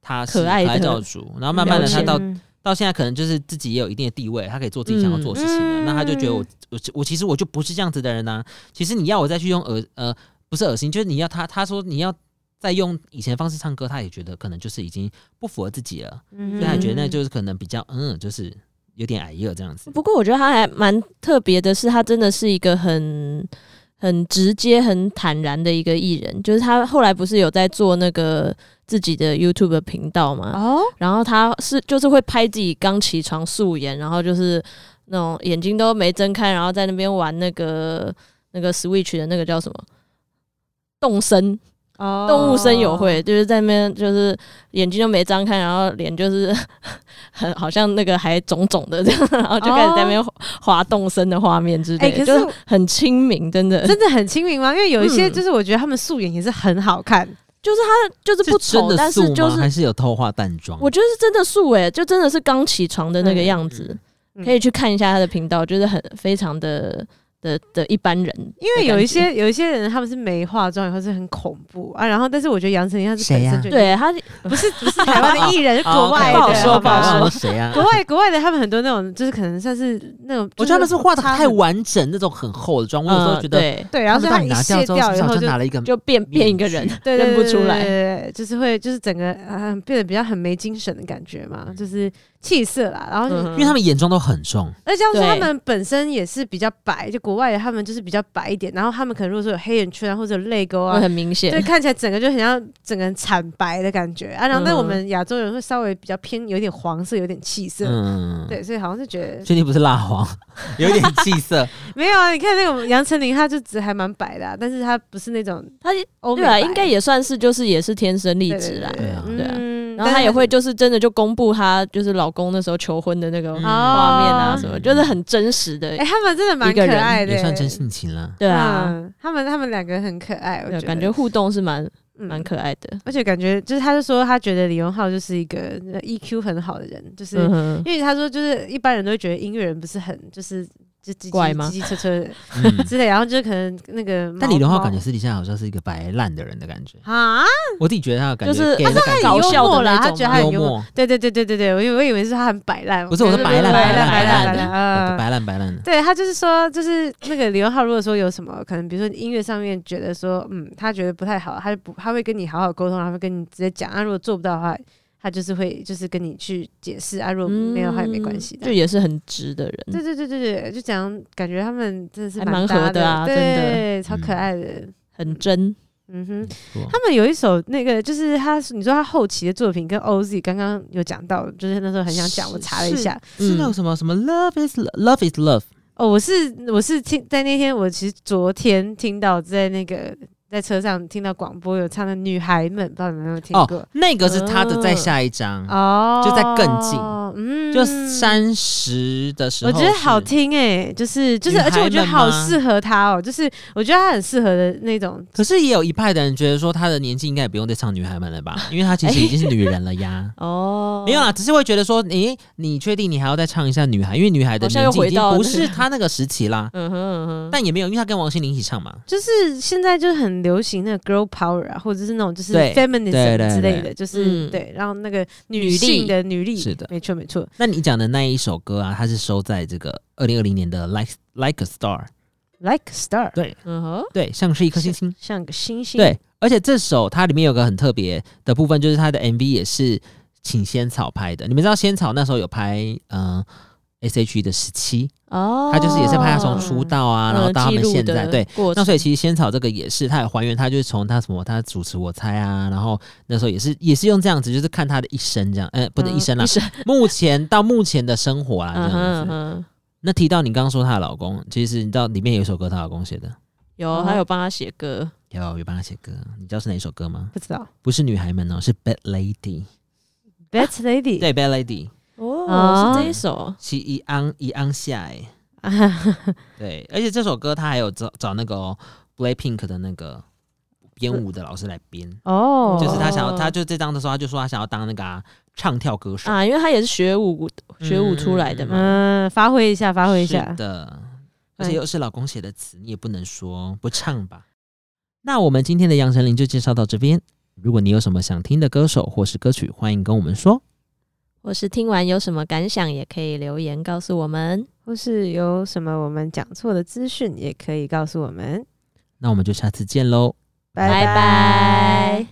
S1: 他是
S3: 可爱的
S1: 教主，然后慢慢的他
S3: 了解
S1: 到
S2: 嗯
S1: 到现在可能就是自己也有一定的地位，他可以做自己想要做的事情了。
S2: 嗯
S1: 那他就觉得我我我其实我就不是这样子的人呐、其实你要我再去用恶呃不是恶心，就是你要他他说你要再用以前的方式唱歌，他也觉得可能就是已经不符合自己了，所以他也觉得那就是可能比较嗯就是有点矮热这样子。
S3: 不过我觉得他还蛮特别的是，他真的是一个很很直接、很坦然的一个艺人。就是他后来不是有在做那个自己的 YouTube 频道嘛，
S2: 哦，
S3: 然后他是就是会拍自己刚起床素颜，然后就是那种眼睛都没睁开，然后在那边玩那个那个 Switch 的那个叫什么动森
S2: 哦
S3: 动物森友会，就是在那边就是眼睛都没张开，然后脸就是 (laughs) 很好像那个还肿肿的这样，然后就开始在那边滑动森的画面之类，
S2: 哎可是
S3: 就是很亲民，真的，
S2: 真的很亲民吗？因为有一些
S3: 嗯
S2: 就是我觉得他们素颜也是很好看，
S3: 就是他就是不
S1: 真
S3: 丑，
S1: 的
S3: 但
S1: 素
S3: 是
S1: 吗？
S3: 就是
S1: 还是有偷化淡妆？
S3: 我觉得是真的素诶、就真的是刚起床的那个样子，
S2: 嗯嗯
S3: 可以去看一下他的频道，就是很非常的的的一般人的感觉，
S2: 因为有一
S1: 嗯
S2: 些有一些人他们是没化妆以后是很恐怖啊，然后但是我觉得杨丞琳她是本
S1: 谁啊呀
S2: 身就
S3: 对哦他
S2: 不是不是台湾的艺
S3: (laughs)
S2: 人，是国外的，
S3: 不好说
S2: 好吧
S3: 不好
S1: (laughs) 说谁啊？
S2: 国外国外的他们很多那种就是可能算是那种，
S1: 我觉得他们
S2: 就是
S1: 画的
S2: 差
S1: 太
S2: 很
S1: 完整，那种很厚的妆，我有时候
S3: 嗯
S1: 觉得。
S3: 对，
S2: 对，然后所以
S1: 他
S2: 他
S1: 们
S2: 一
S1: 拿
S2: 卸
S1: 之后，
S2: 掉以
S1: 是不是
S2: 后
S1: 好像
S2: 就
S1: 拿了一个
S3: 就变变一个人，
S2: 对
S3: 认不出
S2: 对
S3: 来。
S2: 对对对就是会就是整个啊、变得比较很没精神的感觉嘛，就是气色啦。然后、
S3: 嗯嗯哼
S1: 因为他们眼妆都很重，
S2: 而且像是
S3: 对
S2: 他们本身也是比较白，就国外的他们就是比较白一点，然后他们可能如果说有黑眼圈啊或者有泪沟啊
S3: 会。很明
S2: 对，
S3: 显，
S2: 看起来整个就很像整个人惨白的感觉啊，然后
S3: 嗯
S2: 但
S3: 哼
S2: 我们亚洲人会稍微比较偏有点黄色，有点气色，
S1: 嗯，
S2: 对，所以好像是觉得
S1: 确定不是蜡
S2: (laughs)
S1: 黄，有点气色，
S2: 没有啊。你看那个杨丞琳，她就只还蛮白的、啊，但是她不是那种
S3: 他
S2: 欧美
S3: 对啊，
S2: 白
S3: 应该也算是就是也是天生丽
S2: 对 (laughs) 对
S3: 质啦。
S1: 对啊
S2: 嗯
S3: 对啊然
S2: 但
S3: 后
S2: 是
S3: 她也会就是真的就公布她就是老公那时候求婚的那个
S1: 嗯
S3: 画面啊
S2: 哦
S3: 什么，就是很真实的
S2: 哎、，他们真的蛮
S3: 一个
S2: 可
S3: 人
S2: 爱的、欸
S1: 也算真性情
S2: (laughs)
S1: 了。
S3: 对啊，
S2: 嗯，他们他们两个很可爱，我
S3: 对
S2: 觉
S3: 啊
S2: 得嗯
S3: 感觉互动是蛮蛮
S2: 蛮、
S3: 可爱的。
S2: 而且感觉就是他就说他觉得李荣浩就是一个呃 EQ 很好的人，就是、
S3: 嗯哼，
S2: 因为他说就是一般人都会觉得音乐人不是很就是就叽叽
S3: 怪吗
S2: 叽叽车车的
S1: 嗯，
S2: 之类，然后 (laughs) 就可能那个毛，
S1: 但李荣浩感觉
S2: 毛
S1: 私底下好像是一个白烂的人的感觉，
S2: 啊，
S1: 我自己觉得他的感觉
S3: 就是
S1: 给人的感
S3: 搞
S1: 觉
S2: 很幽
S3: 笑
S2: 默
S3: 的
S2: 啦，
S3: 那
S2: 他
S3: 种
S2: 觉得
S3: 吗
S2: 他很
S1: 幽
S2: 幽默，
S1: 默，
S2: 对对对对对对，我以我以为是他很摆烂，
S1: 不是我说
S2: 觉得
S1: 白烂
S2: 白
S1: 烂
S2: 白
S1: 烂
S2: 烂
S1: 的
S2: 啊。
S1: 白烂白烂的，
S2: 对他就是说，就是那个李荣浩，如果说有什么可能，比如说音乐上面觉得说，嗯，他觉得不太好，他就不他会跟你好好沟通，然后会跟你直接讲。啊，如果做不到的话，他就是会就是跟你去解释啊，如果没有的话也没关系
S3: 嗯
S2: 的。
S3: 就也是很直的
S2: 对
S3: 人。
S2: 对对对对，就讲感觉他们真的是
S3: 还蛮
S2: 搭
S3: 合的啊真的
S2: 对，超可爱的。
S3: 很真，。
S2: 嗯哼，
S1: 不错
S2: 他们有一首那个，就是他，你说他后期的作品跟 OZ 刚刚有讲到，就是那时候很想讲，
S1: 是
S2: 我查了一下，嗯
S1: 是那种什么什么 love is love is love，
S2: 哦，我是我是听在那天，我其实昨天听到在那个在车上听到广播有唱的《女孩们》，不知道你们有没有听过？
S1: 那个是他的在下一张，
S2: 哦，
S1: 哦嗯就在更近
S2: 嗯嗯
S1: 就三十的时候
S2: 我
S1: 是，
S2: 觉得好听哎、就是就是，
S1: 女孩
S2: 而且我觉得
S1: 们
S2: 好
S1: 吗
S2: 适合他哦、就是我觉得他很适合的那种，
S1: 可是也有一派的人觉得说，她的年纪应该也不用再唱女孩们了吧，因为她其实已经是女人了呀
S3: 哦，
S1: (laughs) 没有啊啦，只是会觉得说，诶、你确定你还要再唱一下女孩？因为女孩的
S3: 好像
S1: 年
S3: 又
S1: 纪已
S3: 回
S1: 经
S3: 到
S1: 不
S3: 那
S1: 是她那个时期啦。
S3: (laughs) 嗯哼嗯哼，
S1: 但也没有，因为她跟王心凌一起唱嘛。
S2: 就是现在就是很流行那个 girl power 啊，或者是那种就是
S1: 对对
S2: feminism
S1: 对
S2: 之类的，
S1: 对
S2: 就是
S3: 嗯
S2: 对，然后那个
S3: 女
S2: 女
S3: 力
S2: 性的女力，
S1: 是的
S2: 没错没错，
S1: 那你讲的那一首歌啊，它是收在这个二零二零年的《Like Like a Star》，
S2: like a star，
S1: 对
S3: 嗯哼，
S2: 哦
S1: 对，像是一颗星星。
S2: 像个星星，
S1: 对，而且这首它里面有个很特别的部分，就是它的 MV 也是请仙草拍的。你们知道仙草那时候有拍嗯、S.H.E 的时期，
S3: 哦，呃
S1: 他就是也是拍他从出道
S3: 嗯
S1: 啊，然后到他们现在对。，那所以其实仙草这个也是，他也还原，他就是从他什么他主持我猜啊，然后那时候也是也是用这样子，就是看他的一生这样，呃，不是一生啦，
S3: 是，
S1: 目前到目前的生活啦
S3: 嗯
S1: 啊这样
S3: 哼
S1: 子。
S3: 嗯哼，
S1: 那提到你刚刚说她的老公，其实你知道里面有一首歌她老公写的，
S2: 哦
S3: 有他有帮他写歌，
S1: 有有帮他写歌，你知道是哪一首歌吗？
S2: 不知道
S1: 不是女孩们哦，是 Bad Lady。
S2: that lady，
S1: 对，Bad Lady，
S3: 哦
S2: 哦，
S3: 是这一首，
S1: 是一昂一昂下哎，
S2: 啊哈哈
S1: 对，而且这首歌他还有找找那个、哦、Blackpink 的那个编舞的老师来编，
S2: (laughs) 哦，
S1: 就是他想
S3: 哦
S1: 要，他就这张的时候，他就说他想要当那个啊、唱跳歌手，
S3: 啊，因为他也是学舞学舞出来的嘛，
S2: 嗯，发挥一下，发挥一下哎
S1: 是，的，而且又是老公写的词，你也不能说不唱吧。那我们今天的杨丞琳就介绍到这边。如果你有什么想听的歌手或是歌曲，欢迎跟我们说。嗯
S3: 或是听完有什么感想，也可以留言告诉我们。
S2: 或是有什么我们讲错的资讯，也可以告诉我们。
S1: 那我们就下次见喽，
S3: 拜拜